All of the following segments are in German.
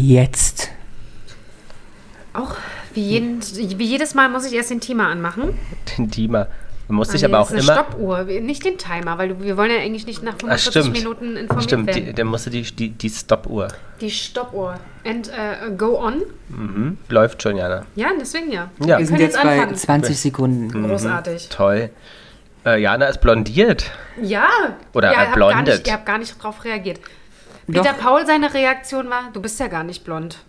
Jetzt. Auch wie, jeden, wie jedes Mal muss ich erst den Thema anmachen. Den Dima. Man muss sich Ah, nee, aber auch das ist immer. eine Stoppuhr, wir- nicht den Timer, weil du- wir wollen ja eigentlich nicht nach Ah, 45 stimmt. Minuten informiert stimmt, die, werden. der musste die, die, die Stoppuhr. Die, Stoppuhr. And äh, go on. Mhm. Läuft schon, Jana. Ja, deswegen ja. Ja, Wir sind können jetzt jetzt bei anfangen. 20 Hm. Sekunden. Großartig. toll. Äh, Jana ist blondiert. Mhm. Ja. Oder ja, ihr habt gar blondet. nicht- Ihr habt gar nicht drauf reagiert. Doch. Peter Paul, seine Reaktion war, du bist ja gar nicht blond.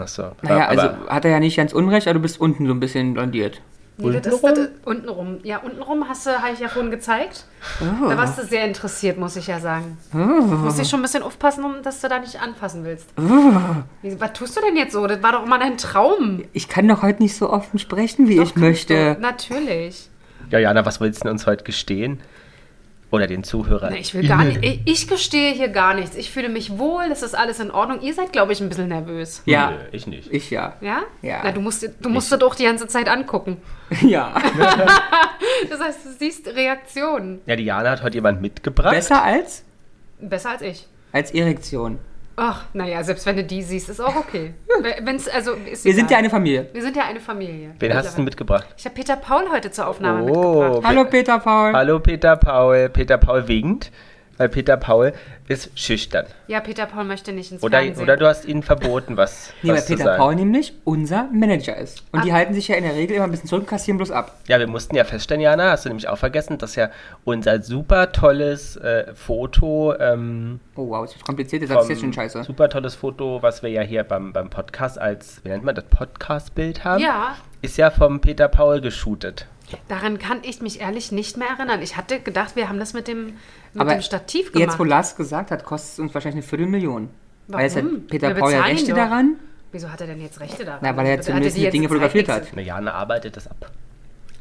Achso. Naja, aber, also hat er ja nicht ganz unrecht, aber du bist unten so ein bisschen blondiert. Nee, das ist, Untenrum? das ist, untenrum. Ja, untenrum hast du, habe ich ja vorhin gezeigt. Ah. Da warst du sehr interessiert, muss ich ja sagen. Musst dich schon ein bisschen aufpassen, um, dass du da nicht anfassen willst. Ah. Wie, was tust du denn jetzt so? Das war doch immer dein Traum. Ich kann doch heute nicht so offen sprechen, wie ich Doch, kannst möchte. du. Natürlich. ja, Jana, was willst du denn uns heute gestehen? Oder den Zuhörern? Na, ich will gar nicht. Ich, ich gestehe hier gar nichts. Ich fühle mich wohl, das ist alles in Ordnung. Ihr seid, glaube ich, ein bisschen nervös. Ja, Nö, ich nicht. ich ja. Ja? Ja. Na, du musst, du musst das doch die ganze Zeit angucken. Ja. Das heißt, du siehst Reaktionen. Ja, die Jana hat heute jemand mitgebracht. Besser als? Besser als ich. Als Erektion. Ach, naja, selbst wenn du die siehst, ist auch okay. Wenn's, also, ist Wir sind ja egal. eine Familie. Wir sind ja eine Familie. Wen hast du denn mitgebracht? Ich habe Peter Paul heute zur Aufnahme Oh. mitgebracht. Hallo Peter Paul. Hallo Peter Paul. Peter Paul winkt, weil Peter Paul ist schüchtern. Ja, Peter Paul möchte nicht ins Oder, Fernsehen. oder du hast ihnen verboten, was, Nee, weil was zu Peter sagen. Paul nämlich unser Manager ist. Und die Ah. halten sich ja in der Regel immer ein bisschen zurück, kassieren bloß ab. Ja, wir mussten ja feststellen, Jana, hast du nämlich auch vergessen, dass ja unser super tolles äh, Foto, ähm, Oh wow, das wird kompliziert, der Satz ist jetzt schon scheiße. super tolles Foto, was wir ja hier beim, beim Podcast als, wie nennt man das, Podcast-Bild haben, Ja, ist ja vom Peter Paul geshootet. daran kann ich mich ehrlich nicht mehr erinnern. Ich hatte gedacht, wir haben das mit dem, mit Aber dem Stativ gemacht. Jetzt, wo Lars gesagt hat, kostet es uns wahrscheinlich eine Viertelmillion. Weil es Warum? hat Peter Wir Paul ja bezahlen Rechte doch. daran. Wieso hat er denn jetzt Rechte daran? Na, weil er Hat zumindest die die jetzt Dinge in Zeit fotografiert hat. gewechselt? Na, Jana arbeitet das ab.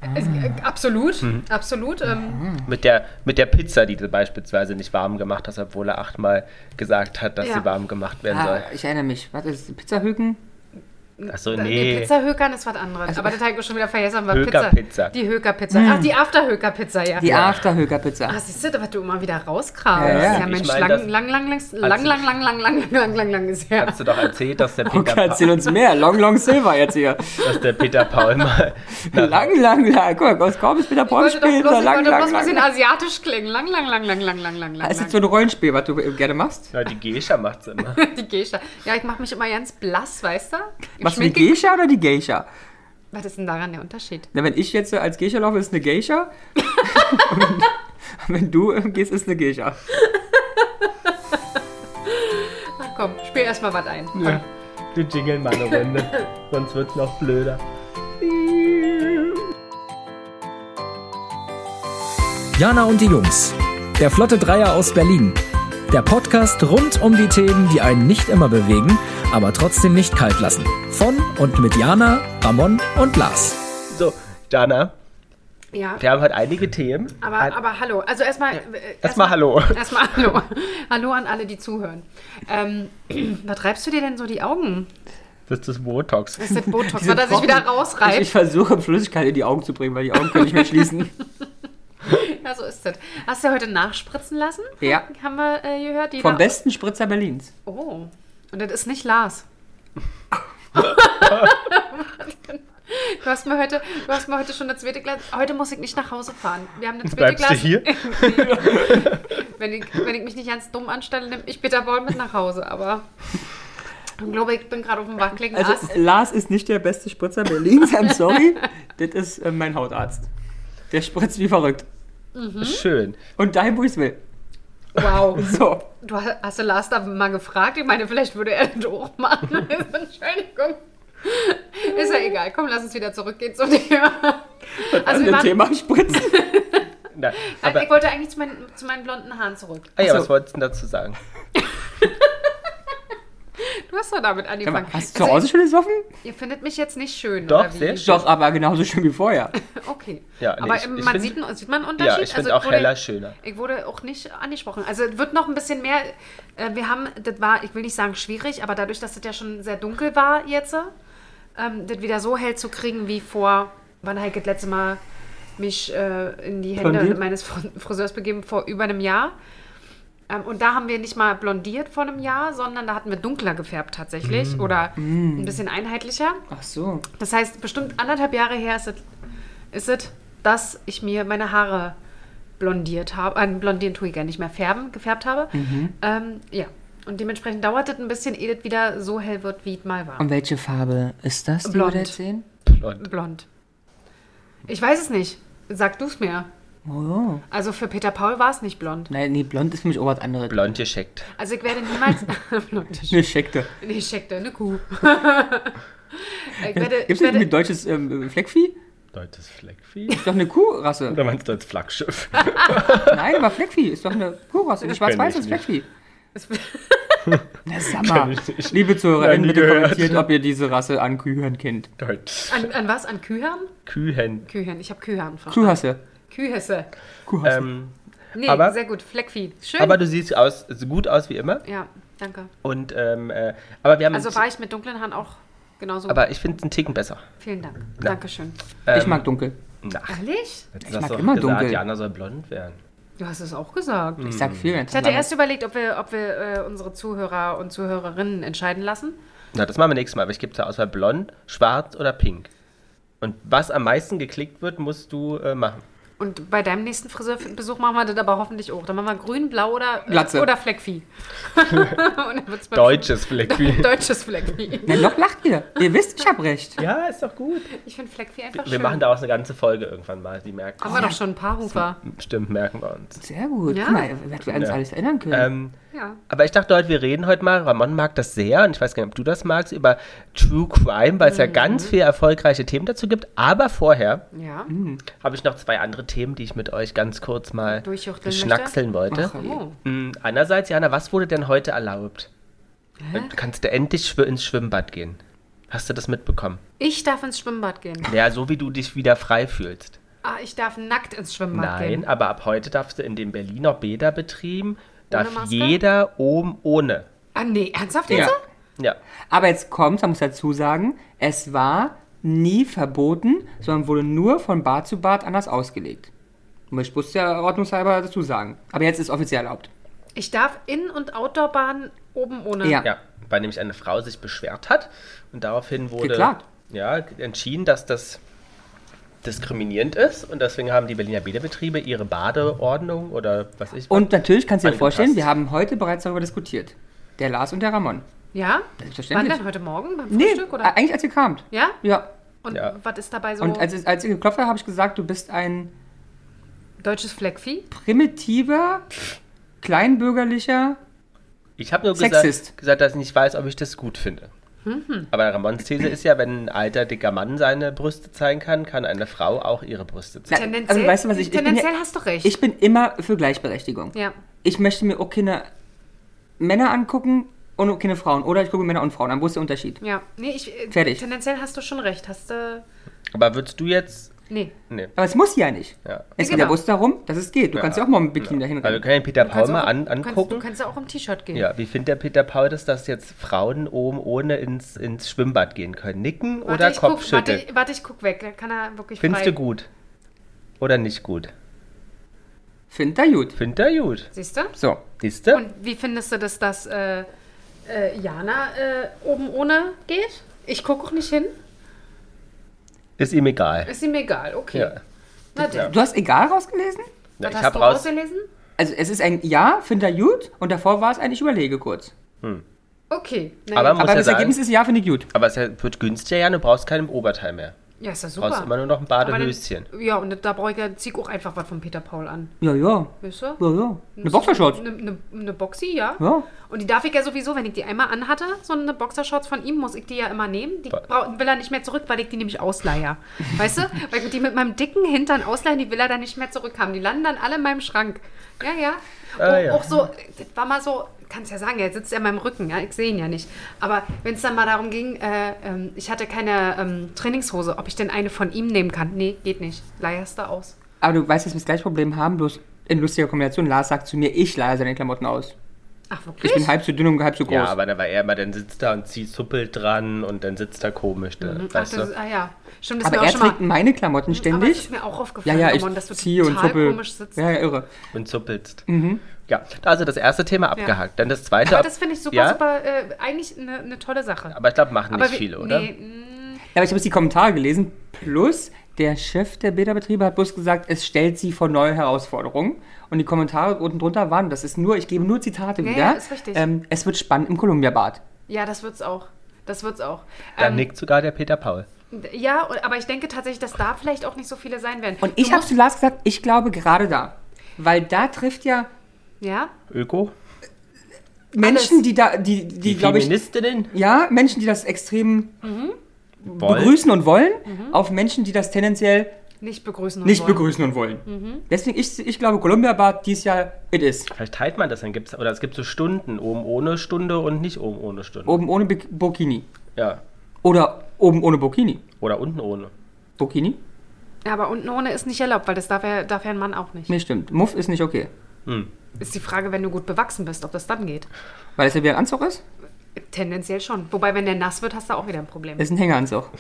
Äh, Absolut, Mhm. absolut. Ähm, Hm. Mit der, mit der Pizza, die du beispielsweise nicht warm gemacht hast, obwohl er achtmal gesagt hat, dass Ja. sie warm gemacht werden Ah, soll. ich erinnere mich. Was ist Pizzahüken? Achso, da- nee. Pizza Hökern ist was anderes. Also- Mhm. Aber das habe ich schon wieder vergessen. war Höker-Pizza. Die Höker-Pizza. Ach, die After-Höker-Pizza, ja. Ah, Die Oh Afterhöker-Pizza. Ach, siehst du, was du immer wieder rauskramst. Ja, Ja, ja. ja. Ich Mensch, mein, das- lang, lang, lang, lang, lang, lang, lang, lang, lang, lang, lang, lang ist her. Hast du doch erzählt, dass der Peter, Okay, Paul, erzähl uns mehr. Long, long Silver jetzt hier. dass der Peter Paul mal Lang, lang, lang. Guck mal, kaum ist Peter Ich Paul wollte doch spielt. bloß, Lang, ich wollte lang, doch bloß lang. ein Also bisschen asiatisch klingen. Lang, lang, lang, lang, lang, lang, lang, lang. Das ist jetzt so ein Rollenspiel, was du gerne machst. Ja, die Gescha macht's immer. Die Geisha. Ja, ich mache mich immer ganz blass, weißt du? Ich Machst du die schminke- Geisha oder die Geisha? Was ist denn daran der Unterschied? Na, wenn ich jetzt äh, als Geisha laufe, ist eine Geisha. Und wenn du äh, gehst, ist eine Geisha. Ach komm, spiel erstmal was ein. Ja. Wir jingeln mal eine Runde, sonst wird's noch blöder. Jana und die Jungs. Der Flotte Dreier aus Berlin. Der Podcast rund um die Themen, die einen nicht immer bewegen, aber trotzdem nicht kalt lassen. Von und mit Jana, Ramon und Lars. So, Jana, Ja, wir haben heute einige Themen. aber, Halt. Ein- aber hallo. Also erstmal. äh, Erstmal hallo. Erstmal hallo. Hallo an alle, die zuhören. Ähm, was reibst du dir denn so die Augen? Das ist das Botox. Ist das Botox, Diese weil er sich wieder Trocken- Ich, ich rausreibt? versuche Flüssigkeit in die Augen zu bringen, weil die Augen können nicht mehr schließen. Genau. Ja, so ist das. Hast du heute nachspritzen lassen? Ja. Haben wir äh, gehört? Die Vom da- besten Spritzer Berlins. Oh, und das ist nicht Lars. Du hast, mir heute, du hast mir heute schon das zweite Glas. Heute muss ich nicht nach Hause fahren. Wir haben das zweite Glas. Bleibst du hier? Wenn ich, wenn ich mich nicht ganz dumm anstelle, nehme ich Peter Paul mit nach Hause. Aber ich glaube, ich bin gerade auf dem wackeligen Also, Ast. Lars ist nicht der beste Spritzer Berlins, I'm sorry. das ist äh, mein Hautarzt. Der spritzt wie verrückt. Mhm. Schön. Und dahin, wo ich es will. Wow. So. Du hast, hast du Lars da mal gefragt? Ich meine, vielleicht würde er das auch machen. Entschuldigung. Ist ja egal. Komm, lass uns wieder zurückgehen zum Thema. Also, An wir dem waren, Thema Spritzen. Na, Also aber, ich wollte eigentlich zu meinen, zu meinen blonden Haaren zurück. ah ja, so. was wolltest du denn dazu sagen? Du hast doch damit Sag angefangen. mal, Hast du Also zu Hause schon gesoffen? ihr- Ihr findet mich jetzt nicht schön, Doch, oder wie? sehr schön. Doch, aber genauso schön wie vorher. Okay. Ja, nee, Aber ich- ich man find- sieht, einen- sieht man einen Unterschied? Ja, ich finde Also, auch wurde- heller schöner. Ich wurde auch nicht angesprochen. Also es wird noch ein bisschen mehr, äh, wir haben, das war, ich will nicht sagen schwierig, aber dadurch, dass es ja schon sehr dunkel war jetzt, ähm, das wieder so hell zu kriegen wie vor, wann halt das letzte Mal mich äh, in die Hände Blondiert? meines Fr- Friseurs begeben, vor über einem Jahr. Ähm, und da haben wir nicht mal blondiert vor einem Jahr, sondern da hatten wir dunkler gefärbt tatsächlich oder ein bisschen einheitlicher. Ach so. Das heißt, bestimmt anderthalb Jahre her ist es, ist es dass ich mir meine Haare blondiert habe. Äh, blondieren tue ich gar nicht mehr, färben, gefärbt habe. Ähm, ja. Und dementsprechend dauert es ein bisschen, ehe das wieder so hell wird, wie es mal war. Und welche Farbe ist das, die Blond. wir da jetzt sehen? Blond. Blond. Ich weiß es nicht. Sag du es mir. Oh. Also für Peter Paul war es nicht blond. Nein, nee, blond ist für mich auch was anderes. Blond gescheckt. Also ich werde niemals. blond. Eine Scheckte. Nee, check deine Kuh. ich werde, Gibt ich es nicht ein werde, deutsches ähm, Fleckvieh? Deutsches Fleckvieh. Ist doch eine Kuhrasse. Oder meinst du als Flaggschiff? Nein, aber Fleckvieh ist doch eine Kuhrasse. Ein schwarz-weißes Kenn ich Fleckvieh. Na, sag Kenn mal. ich nicht. Liebe Nein, Zuhörerinnen, nie bitte gehört. kommentiert, ob ihr diese Rasse an Kühen kennt. Deutsch. an, an was? An Kühern? Kühen. Kühern. Ich habe Kühern verstanden. Kuhrasse. Kühesse. Kuhrasse. Ähm, Nee, Aber- sehr gut. Fleckvieh. Also Schön. aber du siehst aus, so gut aus wie immer. ja, danke. Und, ähm, äh, aber wir haben. Also war ich mit dunklen Haaren auch genauso. aber ich finde es einen Ticken besser. Vielen Dank. Dankeschön. ich ähm, mag dunkel. Na, Ehrlich? ich mag immer dunkel. Jana soll blond werden. Du hast es auch gesagt. Mhm. Ich sag viel. Ich hatte erst überlegt, ob wir, ob wir äh, unsere Zuhörer und Zuhörerinnen entscheiden lassen. Na, das machen wir nächstes Mal. Aber ich gebe zur Auswahl blond, schwarz oder pink. Und was am meisten geklickt wird, musst du äh, machen. Und bei deinem nächsten Friseurbesuch machen wir das aber hoffentlich auch. Dann machen wir grün, blau oder, äh, Glatze. oder Fleckvieh. und dann wird's beim- Deutsches Fleckvieh. Deutsches Fleckvieh. Na, noch lacht ihr. Ihr wisst, ich hab recht. ja, ist doch gut. Ich finde Fleckvieh einfach Wir schön. machen daraus eine ganze Folge irgendwann mal. Die merken Haben wir doch schon ein paar Hufer. Stimmt, merken wir uns. Sehr gut. Ja. Guck mal, was wir uns Ja. alles erinnern können. Ähm, Ja. aber ich dachte heute, wir reden heute mal, Ramon mag das sehr und ich weiß gar nicht, ob du das magst, über True Crime, weil es ja Mhm. ganz viele erfolgreiche Themen dazu gibt. Aber vorher Ja. habe ich noch zwei andere Themen, die ich mit euch ganz kurz mal Durchjuchteln möchte? schnackseln wollte. Oh. Mm, Einerseits, Jana, was wurde denn heute erlaubt? Äh, Kannst du endlich schw ins Schwimmbad gehen? Hast du das mitbekommen? Ich darf ins Schwimmbad gehen. Ja, so wie du dich wieder frei fühlst. Ah, ich darf nackt ins Schwimmbad Nein, gehen. aber ab heute darfst du in den Berliner Bäderbetrieben, darf Maske? jeder oben ohne. Ah, nee, ernsthaft Ja. jetzt? Ja, Aber jetzt kommt's, man muss dazu sagen, es war nie verboten, sondern wurde nur von Bad zu Bad anders ausgelegt. Und Ich muss ja ordnungshalber dazu sagen. Aber jetzt ist offiziell erlaubt. Ich darf In- und Outdoorbahn oben ohne. Ja. ja, weil nämlich eine Frau sich beschwert hat und daraufhin wurde Geklagt. Ja, entschieden, dass das diskriminierend ist und deswegen haben die Berliner Bäderbetriebe ihre Badeordnung oder was ich Und natürlich kannst du dir Angepasst. vorstellen, wir haben heute bereits darüber diskutiert. Der Lars und der Ramon. Ja? Wann Selbstverständlich. denn? Heute Morgen beim Nee, Frühstück? äh, Oder? eigentlich als ihr kamt. Ja? Ja. Und Ja. was ist dabei so? Und also- als, als ihr geklopft habt, habe ich gesagt, du bist ein Deutsches Fleckvieh? primitiver, kleinbürgerlicher. Ich habe nur Sexist. gesagt, gesagt, dass ich nicht weiß, ob ich das gut finde. Mhm. Aber Ramons These ist ja, wenn ein alter, dicker Mann seine Brüste zeigen kann, kann eine Frau auch ihre Brüste zeigen. Tendenziell, also, weißt du, was ich, ich bin tendenziell ja- hast du recht. Ich bin immer für Gleichberechtigung. ja. ich möchte mir auch keine Männer angucken und auch keine Frauen. Oder ich gucke mir Männer und Frauen an. Wo ist der Unterschied? Ja. Nee, ich, äh, Fertig. Tendenziell hast du schon recht. Hast du. Aber würdest du jetzt... Nee. Nee, Aber es muss ja nicht. Es ja. Ja, geht ja genau. bloß darum, dass es geht. Du kannst ja auch mal mit Bikini dahin Also wir rennen. können den Peter Paul Kannst du mal auch- an, Kannst, du angucken. kannst ja auch im T-Shirt gehen. ja, wie findet der Peter Paul das, dass jetzt Frauen oben ohne ins, ins Schwimmbad gehen können? Nicken Warte, oder ich guck- Kopfschütteln? Warte, warte, ich guck weg. Dann kann er wirklich Findest frei. du gut? Oder nicht gut? Find da gut. Findet er gut. Siehst du? So. Siehst du? Und wie findest du das, dass äh, äh, Jana äh, oben ohne geht? Ich gucke auch nicht hin. Ist ihm egal. Ist ihm egal, okay. Ja. Na, denn. Du hast egal rausgelesen? Ja, Was ich hast habe du raus. rausgelesen? Also es ist ein Ja, find da gut. Und davor war es ein Ich überlege kurz. Okay. Na Aber ja. muss Aber ja das sagen- Ergebnis ist Ja, finde ich gut. Aber es wird günstiger, ja. Du brauchst kein Oberteil mehr. ja, ist ja Du super. brauchst immer nur noch ein Aber dann- Badehöschen. Ja, und da brauche ich ja zieh ich auch einfach was von Peter Paul an. Ja, ja. Weißt du? Ja, ja. Eine Boxershorts. Eine ne, ne Boxy, ja. Ja. Und die darf ich ja sowieso, wenn ich die einmal anhatte, so eine Boxershorts von ihm, muss ich die ja immer nehmen. Die brau- will er nicht mehr zurück, weil ich die nämlich ausleihe. Weißt du? Weil ich die mit meinem dicken Hintern ausleihen, die will er dann nicht mehr zurückhaben. Die landen dann alle in meinem Schrank. Ja, ja. Ah, auch, ja. auch so, das war mal so, kannst ja sagen, er sitzt ja in meinem Rücken, ja, ich sehe ihn ja nicht. Aber wenn es dann mal darum ging, äh, ähm, ich hatte keine ähm, Trainingshose, ob ich denn eine von ihm nehmen kann. Nee, geht nicht. Leierst du aus. Aber du weißt, dass wir das gleiche Problem haben, bloß in lustiger Kombination. Lars sagt zu mir, ich leihe seine Klamotten aus. Ach, wirklich? Ich bin halb so dünn und halb so groß. Ja, aber da war er immer, dann sitzt da und zieht Suppel dran und dann sitzt er komisch. Da, Ach, das, weißt du? ah ja. Stimmt, das aber ist er mir auch schon mal. trägt meine Klamotten Aber das ständig. ist mir auch Ja, aufgefallen, ja, ich Ramon, dass du ziehe und total zuppel. komisch sitzt. Ja, ja, irre. Und zuppelst. Mhm. Ja, also das erste Thema abgehakt. Dann das zweite. Aber ab- das finde ich super, ja? super, äh, eigentlich eine ne tolle Sache. Aber ich glaube, machen Aber nicht wir- viele, oder? Nee, mm, Ja, aber ich habe jetzt die Kommentare gelesen. Plus, der Chef der Bilderbetriebe hat bloß gesagt, es stellt sie vor neue Herausforderungen. Und die Kommentare unten drunter waren, das ist nur, ich gebe nur Zitate Ja, wieder. ja, ist richtig. Ähm, es wird spannend im Columbia-Bad. ja, das wird's auch. Das wird's auch. Da Ähm, nickt sogar der Peter Paul. ja, und- aber ich denke tatsächlich, dass da vielleicht auch nicht so viele sein werden. Und Du ich habe musst- zu Lars gesagt, ich glaube gerade da. Weil da trifft ja Ja? Öko? Menschen, die da, die, die, Die, glaube ich, Feministinnen? ja, Menschen, die das extrem Wollen? begrüßen und wollen, auf Menschen, die das tendenziell Nicht begrüßen. und nicht Mhm. wollen. Mhm. begrüßen und wollen. Deswegen, ich, ich glaube, Columbia-Bad dies Jahr, it is. Vielleicht teilt man das, dann gibt's, oder es gibt so Stunden, oben ohne Stunde und nicht oben ohne Stunde. Oben ohne Bi- Burkini. Ja. Oder oben ohne Burkini. Oder unten ohne. Burkini? Ja, aber unten ohne ist nicht erlaubt, weil das darf ja, darf ja ein Mann auch nicht. Nee, stimmt. Muff ist nicht okay. Ist die Frage, wenn du gut bewachsen bist, ob das dann geht. Weil es ja wieder ein Anzug ist? Tendenziell schon. Wobei, wenn der nass wird, hast du auch wieder ein Problem. Ist ein Hängeranzug.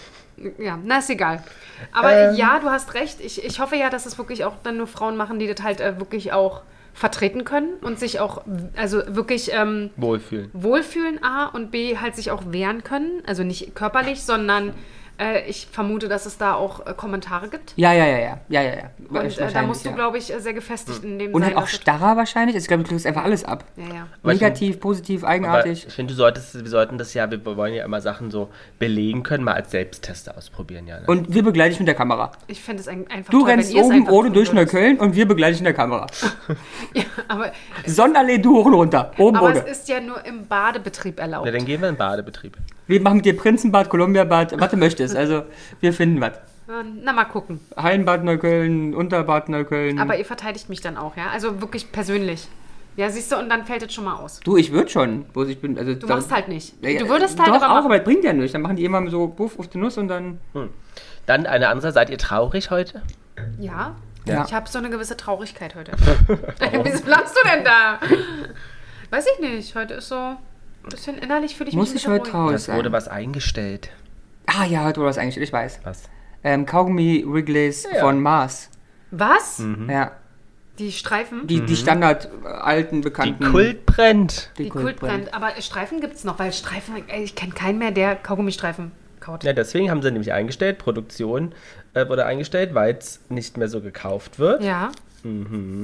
Ja, na ist egal. Aber Ähm. ja, du hast recht. Ich, ich hoffe ja, dass es wirklich auch dann nur Frauen machen, die das halt äh, wirklich auch vertreten können und sich auch, also wirklich ähm, Wohlfühlen. wohlfühlen, A, und B, halt sich auch wehren können. Also nicht körperlich, sondern äh, ich vermute, dass es da auch äh, Kommentare gibt. Ja, ja, ja, ja. Ja, ja, ja. Und äh, da Wahrscheinlich, musst du, ja. glaube ich, äh, sehr gefestigt in dem Und sein. halt auch dass du- starrer wahrscheinlich. Also, Ich glaube, du kriegst einfach alles ab. ja, ja. Aber ich- Negativ, positiv, Aber eigenartig. ich finde, du solltest, wir sollten das ja, wir wollen ja immer Sachen so belegen können, mal als Selbsttester ausprobieren, ja. Ne? Und wir begleiten dich mit der Kamera. Ich finde es ein, einfach Du toll, rennst wenn ihr es oben einfach ohne tun durch würdet. Neukölln und wir begleiten dich mit der Kamera. Ja, aber Sonderlee, du hoch und runter. Oben aber ohne. es ist ja nur im Badebetrieb erlaubt. Na, dann gehen wir in den Badebetrieb. Wir machen mit dir Prinzenbad, Kolumbiabad, was du möchtest. Also, wir finden was. Äh, Na, mal gucken. Hallenbad Neukölln, Unterbad Neukölln. Aber ihr verteidigt mich dann auch, ja? Also wirklich persönlich. Ja, siehst du, und dann fällt es schon mal aus. du, ich würde schon. Bloß ich bin, also Du machst halt nicht. Ja, ja, Du würdest halt Doch, aber auch, machen. aber das bringt ja nichts. Dann machen die immer so Buff auf die Nuss und dann. Dann eine andere, seid ihr traurig heute? Ja? Ja. Ich habe so eine gewisse Traurigkeit heute. Wieso bleibst du denn da? Weiß ich nicht. Heute ist so ein bisschen innerlich fühle ich Muss mich. ich ein heute bisschen ruhig. traurig Es wurde sein? was eingestellt. Ah ja, heute wurde was eingestellt, ich weiß. Was? Ähm, Kaugummi Wrigley's Ja. von Mars. Was? Mhm. Ja. Die Streifen? Die, Mhm. Die, die Standard äh, alten, Die bekannten. Kult brennt. Kultbrand. Aber Streifen gibt es noch, weil Streifen, ey, ich kenne keinen mehr, der Kaugummistreifen kaut. Ja, deswegen haben sie nämlich eingestellt. Produktion äh, wurde eingestellt, weil es nicht mehr so gekauft wird. Ja.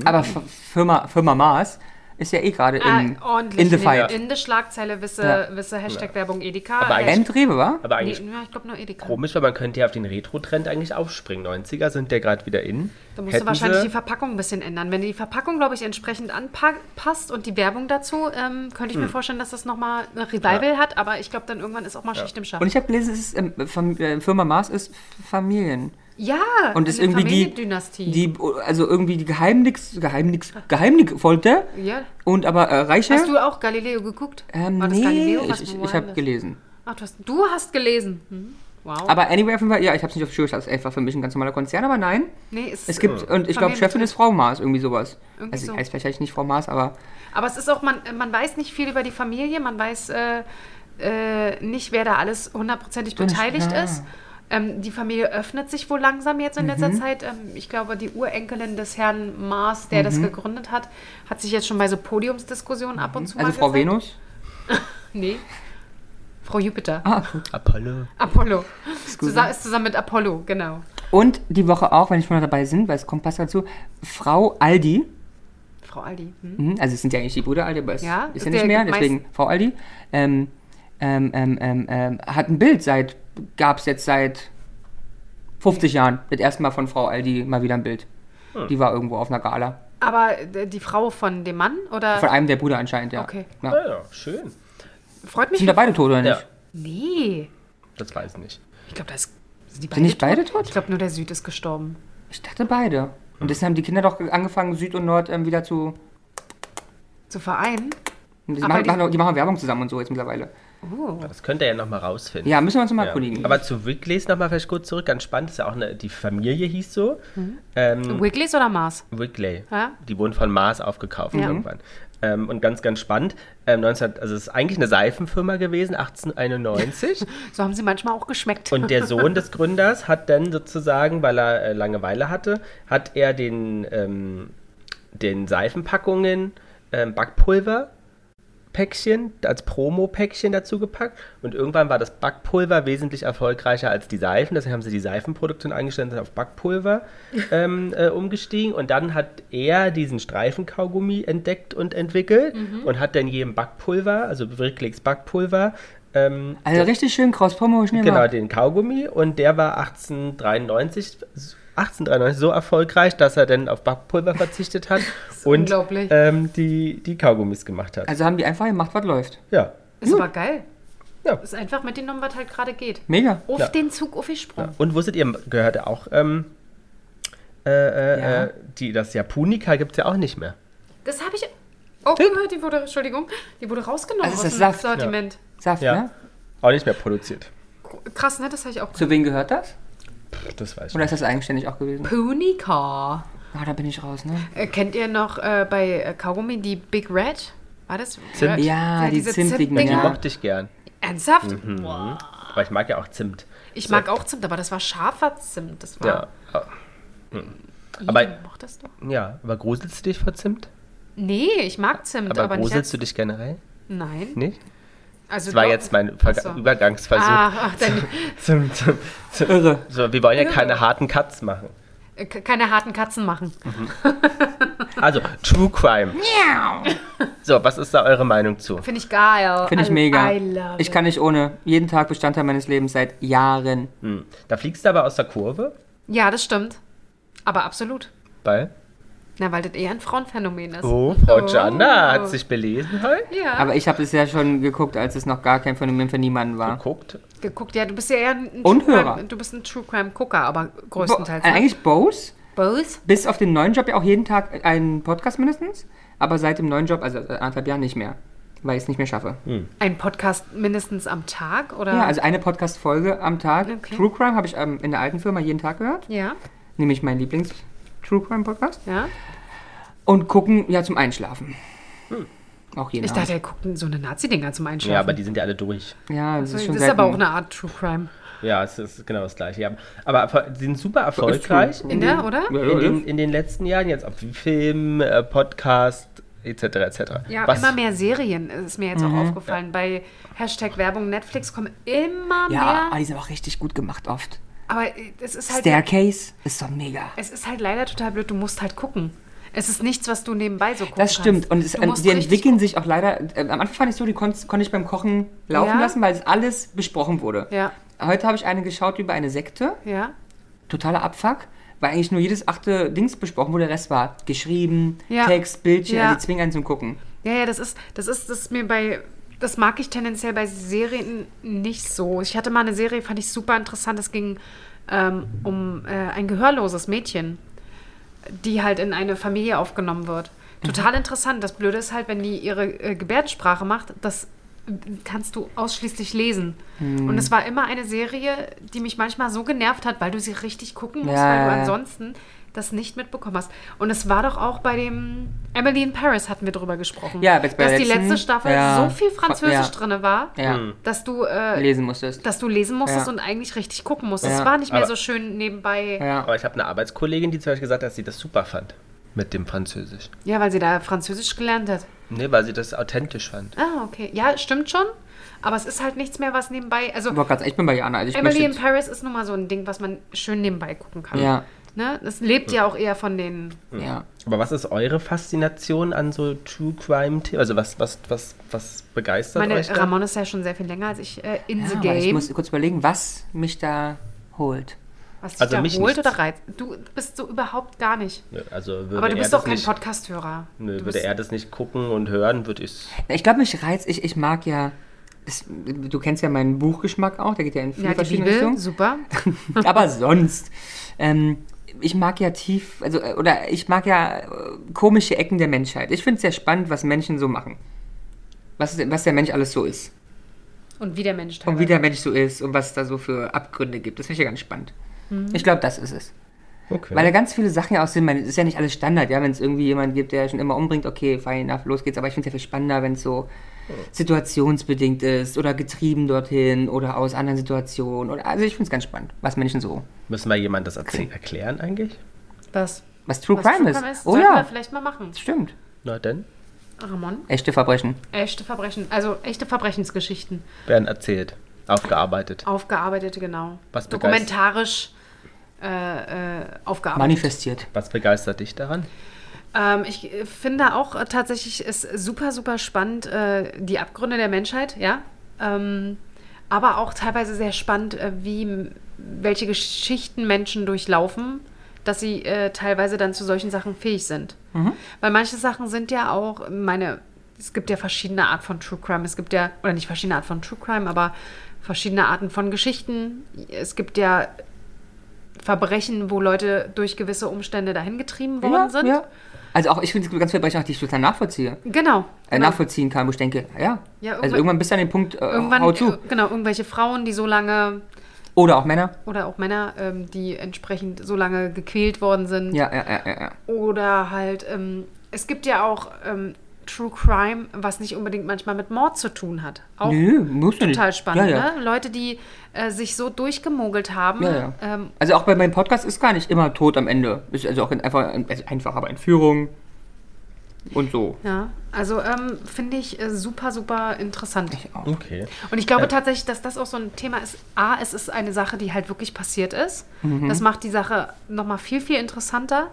Aber F- Firma, Firma Mars ist ja eh gerade in, ah, ordentlich. in the in, fight. in der Schlagzeile, wisse, Ja. wisse Hashtag-Werbung Edeka. Aber eigentlich- Endrewe, wa? nee, Aber eigentlich ja, ich glaube nur Edeka. komisch, weil man könnte ja auf den Retro-Trend eigentlich aufspringen. 90er sind ja gerade wieder in. Da musst Hätten du wahrscheinlich sie- die Verpackung ein bisschen ändern. Wenn die Verpackung, glaube ich, entsprechend anpasst und die Werbung dazu, ähm, könnte Hm. ich mir vorstellen, dass das nochmal ein Revival hat. Aber ich glaube, dann irgendwann ist auch mal Schicht im Schacht. Und ich habe gelesen, es ist, ähm, Fam- äh, Firma Mars ist Familien. ja, Und ist irgendwie die, Familiendynastie. die, also irgendwie die Geheimnix, Geheimnix, Geheimnix wollte. ja. Und aber äh, Reiche. Hast du auch Galileo geguckt? ähm, War das nee, Galileo? ich, Was, ich, wo war ich habe denn das? gelesen. Ach, du hast, du hast gelesen. Mhm. Wow. Aber anyway, auf jeden Fall, ja, ich hab's nicht auf Schirm, das ist einfach für mich ein ganz normaler Konzern, aber nein. nee, es, Es gibt, und ich glaube, Chefin ist Frau Maas, irgendwie sowas. Irgendwie also, so. heißt vielleicht nicht Frau Maas, aber Aber es ist auch, man, man weiß nicht viel über die Familie, man weiß äh, äh, nicht, wer da alles hundertprozentig nicht, beteiligt ja. ist. Ähm, die Familie öffnet sich wohl langsam jetzt in Mhm. letzter Zeit. Ähm, ich glaube, die Urenkelin des Herrn Maas, der Mhm. das gegründet hat, hat sich jetzt schon bei so Podiumsdiskussionen ab und zu also mal Frau gezeigt. Venus. Nee. Frau Jupiter. Ah. Apollo. Apollo. Zusa ist zusammen mit Apollo, genau. Und die Woche auch, wenn ich schon mal dabei sind, weil es kommt passt dazu, Frau Aldi, Frau Aldi. Hm? mhm, also es sind ja eigentlich die Brüder Aldi, aber es Ja, ist ja der nicht mehr, meist- deswegen Frau Aldi, ähm, ähm, ähm, ähm, ähm, hat ein Bild seit, gab's jetzt seit 50 Jahren, das erste Mal von Frau Aldi mal wieder ein Bild. Die war irgendwo auf einer Gala. Aber äh, die Frau von dem Mann? Oder? Von einem der Brüder anscheinend, ja. Okay. Ja. Ah, ja, schön. Freut mich. Sind da beide tot oder nicht? Ja, Nee. das weiß ich nicht. Ich glaube, da ist. Sind die Sind nicht beide Ich tot? glaube, nur der Süd ist gestorben. Ich dachte beide. Und deswegen haben die Kinder doch angefangen, Süd und Nord ähm, wieder zu. Zu vereinen? Die Aber machen, die- machen, auch- die machen Werbung zusammen und so jetzt mittlerweile. Oh. Das könnt ihr ja nochmal rausfinden. Ja, müssen wir uns mal Ja. erkundigen. Aber zu Wickleys nochmal vielleicht kurz zurück, ganz spannend, ist ja auch eine, die Familie hieß so. Ähm, Oh, Wigglies Hm. oder Mars? Wrigley. Ja. Die wurden von Mars aufgekauft irgendwann. Ähm, und ganz, ganz spannend. Ähm, 19, also es ist eigentlich eine Seifenfirma gewesen, 1891. So haben sie manchmal auch geschmeckt. Und der Sohn des Gründers hat dann sozusagen, weil er äh, Langeweile hatte, hat er den, ähm, den Seifenpackungen ähm, Backpulver. Päckchen, als Promo-Päckchen dazu gepackt und irgendwann war das Backpulver wesentlich erfolgreicher als die Seifen. Deswegen haben sie die Seifenproduktion eingestellt und sind auf Backpulver ähm, äh, umgestiegen. Und dann hat er diesen Streifenkaugummi entdeckt und entwickelt und hat dann jedem Backpulver, also wirklich Backpulver, ähm, Also richtig schön Cross-Promotion Genau, gemacht. den Kaugummi. Und der war 1893, 1893 so erfolgreich, dass er dann auf Backpulver verzichtet hat und unglaublich. ähm, die, die Kaugummis gemacht hat. Also haben die einfach gemacht, was läuft. ja. Ist aber geil. Ja. Ist einfach mitgenommen, was halt gerade geht. Mega. Auf Ja. den Zug, auf den Sprung. Und wusstet ihr, gehörte auch, ähm, äh, äh, Ja. äh, die, das Japonica gibt es ja auch nicht mehr. Das habe ich auch gehört. Die wurde, Entschuldigung, die wurde rausgenommen Also ist aus das Saft. dem Sortiment. Saft, Ja. ne? Auch nicht mehr produziert. Krass, ne? Das habe ich auch gehört. Zu wem gehört das? Das weiß ich. Oder ist das eigenständig auch gewesen? Punica. Ah, da bin ich raus, ne? Äh, Kennt ihr noch äh, bei äh, Kaugummi die Big Red? War das? Zimt. Ja, die diese zimtigen, Die Zimtdinger. Ja. mochte ich gern. Ernsthaft? Aber ich mag ja auch Zimt. Ich mag auch Zimt, aber das war scharfer Zimt. Das war. Ja. Ah. Hm. Ih, aber- du mochtest doch. Ja, aber gruselst du dich vor Zimt? Nee, ich mag Zimt, Aber, aber, nicht. gruselst du als- dich generell? Nein. Nicht? Also Das war doch. jetzt mein Also Ver Ach so. Übergangsversuch. Ah, ach, dann, Zimt, Zimt, Zimt. Irre. So, wir wollen ja keine harten Cuts machen. äh, ke- keine harten Katzen machen. Also, True Crime. So, was ist da eure Meinung zu? Finde ich geil. Finde ich I- mega. I love Ich kann nicht ohne. Jeden Tag Bestandteil meines Lebens seit Jahren. Hm. Da fliegst du aber aus der Kurve, it. Ja, das stimmt. Aber absolut. weil Na, weil das eher ein Frauenphänomen ist. Oh, Frau Oh. Gianna hat sich belesen heute. Ja, Aber ich habe es ja schon geguckt, als es noch gar kein Phänomen für niemanden war. Geguckt. geguckt. Ja, du bist ja eher ein Und True Hörer. Crime, Du bist ein True Crime Gucker, aber Bo größtenteils. ne? eigentlich Bose, Both? bis auf den neuen Job ja auch jeden Tag einen Podcast mindestens, aber seit dem neuen Job, also seit anderthalb Jahren nicht mehr, weil ich es nicht mehr schaffe. Ein Podcast mindestens am Tag oder? Ja, also eine Podcast-Folge am Tag. Okay. True Crime habe ich ähm, in der alten Firma jeden Tag gehört, ja, nämlich mein Lieblings-True Crime-Podcast. ja. Und gucken, ja, zum Einschlafen. Auch jeden Hm. Ich Abend. dachte, er guckt so eine Nazi-Dinger zum Einschlafen. Ja, aber die sind ja alle durch. ja, das also das ist ist, schon aber auch selten. eine Art True Crime. Ja, es ist genau das gleiche. Ja. Aber erfol- die sind super erfolgreich in, Mhm. In der, oder? in, Ja, den, in den letzten Jahren, jetzt auf Film, äh, Podcast, etc. etc. Ja, immer mehr Serien ist mir jetzt Mhm. auch aufgefallen. Bei Hashtag Werbung Netflix kommen immer ja, aber mehr. die sind auch richtig gut gemacht oft. Aber es ist halt, Staircase ist doch mega. es ist halt leider total blöd. Du musst halt gucken. Es ist nichts, was du nebenbei so gucken Das stimmt. Kannst. Und es, Du musst sie richtig entwickeln sich auch leider. Äh, am Anfang fand ich so, die konnt, konnte ich beim Kochen laufen Ja. lassen, weil es alles besprochen wurde. Ja. Heute habe ich eine geschaut über eine Sekte. gucken. Ja. Totaler Abfuck. Weil eigentlich nur jedes achte Dings besprochen wurde. Der Rest war geschrieben, Ja. Text, Bildchen. Ja. Also die zwingen einen zum Gucken. Ja, ja, das ist, das ist, das ist mir bei, das mag ich tendenziell bei Serien nicht so. Ich hatte mal eine Serie, fand ich super interessant. Es ging ähm, um äh, ein gehörloses Mädchen, die halt in eine Familie aufgenommen wird. Total Mhm. interessant. Das Blöde ist halt, wenn die ihre äh, Gebärdensprache macht, das äh, kannst du ausschließlich lesen. Mhm. Und es war immer eine Serie, die mich manchmal so genervt hat, weil du sie richtig gucken musst, Ja, weil du ja, ja. ansonsten ansonsten das nicht mitbekommen hast. Und es war doch auch bei dem Emily in Paris hatten wir drüber gesprochen. Ja, jetzt bei dass der die letzten, letzte Staffel ja, so viel Französisch ja. drinne war, Ja. dass du äh, Lesen musstest. dass du lesen musstest Ja. und eigentlich richtig gucken musstest. Ja. Es war nicht mehr Aber- so schön nebenbei. Ja. Ja. Aber ich habe eine Arbeitskollegin, die zum Beispiel gesagt hat, dass sie das super fand mit dem Französisch. weil sie da Französisch gelernt hat. Nee, Ne, weil sie das authentisch fand. Ah, okay. Ja, stimmt schon. Aber es ist halt nichts mehr, was nebenbei. Also Ich, war grad, ich bin bei Jana. Also ich Emily in möchte, Paris ist nun mal so ein Ding, was man schön nebenbei gucken kann. Ja. Ne? Das lebt ja auch eher von den. ja. Aber was ist eure Faszination an so True Crime-Themen? Also was, was, was, was begeistert euch? Meine da? Ramon ist ja schon sehr viel länger als ich äh, in the ja aber ich game. muss kurz überlegen, was mich da holt. Was dich Also da mich holt nichts. oder reizt. Du bist so überhaupt gar nicht. Nö, Also würde Aber du er bist das doch kein nicht, Podcast-Hörer. nö, Du Würde bist- er das nicht gucken und hören, würde ich Ich glaube, mich reizt, ich, ich mag ja, es- du kennst ja meinen Buchgeschmack auch, der geht ja in viele ja, die verschiedene Bibel, Richtungen. super. Aber sonst, ähm, ich mag ja tief, also, äh, oder ich mag ja äh, komische Ecken der Menschheit. Ich finde es sehr spannend, was Menschen so machen. Was, was der Mensch alles so ist. Und wie der Mensch teilweise. Und wie der Mensch so ist und was es da so für Abgründe gibt. Das finde ich ja ganz spannend. Ich glaube, das ist es. Okay. Weil da ganz viele Sachen ja auch sind. Man, es ist ja nicht alles Standard, ja. Wenn es irgendwie jemanden gibt, der schon immer umbringt, okay, fein enough, los geht's. Aber ich finde es ja viel spannender, wenn es so situationsbedingt ist oder getrieben dorthin oder aus anderen Situationen. Oder, also ich finde es ganz spannend, was Menschen so. Müssen wir jemand das erzäh- erklären eigentlich? Was? Was True, Was Crime, True ist. Crime ist, Oh sollten wir ja, vielleicht mal machen. stimmt. Na denn, Ramon, Echte Verbrechen. echte Verbrechen, also echte Verbrechensgeschichten. werden erzählt, Oh. aufgearbeitet. Aufgearbeitete, genau. Was begeistert- Dokumentarisch äh, äh, aufgearbeitet. Manifestiert. Was begeistert dich daran? Ähm, ich äh, finde auch äh, tatsächlich ist super, super spannend äh, die Abgründe der Menschheit, ja. Ähm, aber auch teilweise sehr spannend, äh, wie, m- welche Geschichten Menschen durchlaufen, dass sie äh, teilweise dann zu solchen Sachen fähig sind. Mhm. Weil manche Sachen sind ja auch, meine, es gibt ja verschiedene Art von True Crime. Es gibt ja, oder nicht verschiedene Art von True Crime, aber verschiedene Arten von Geschichten. Es gibt ja Verbrechen, wo Leute durch gewisse Umstände dahin getrieben worden Ja, sind. ja. Also auch, ich finde es gibt ganz viele Verbrechen, auch die ich total nachvollziehe. Genau. Äh, genau. nachvollziehen kann, wo ich denke, ja. Ja, also irgendwann- irgendwann bist du an dem Punkt, äh, Irgendwann, hau zu. äh, genau, irgendwelche Frauen, die so lange, Oder auch Männer. oder auch Männer, ähm, die entsprechend so lange gequält worden sind. Ja, ja, ja, ja. ja. Oder halt, ähm, es gibt ja auch ähm, True Crime, was nicht unbedingt manchmal mit Mord zu tun hat. Auch Nö, muss ja nicht. total spannend, ja, ja. ne? Leute, die äh, sich so durchgemogelt haben. Ja, ja. Ähm, also auch bei meinem Podcast ist gar nicht immer tot am Ende. Ist also auch in, einfach, also einfach, aber Entführung und so. ja, also ähm, finde ich äh, super, super interessant. Okay. Und ich glaube tatsächlich, dass das auch so ein Thema ist. A, es ist eine Sache, die halt wirklich passiert ist. Das macht die Sache nochmal viel, viel interessanter.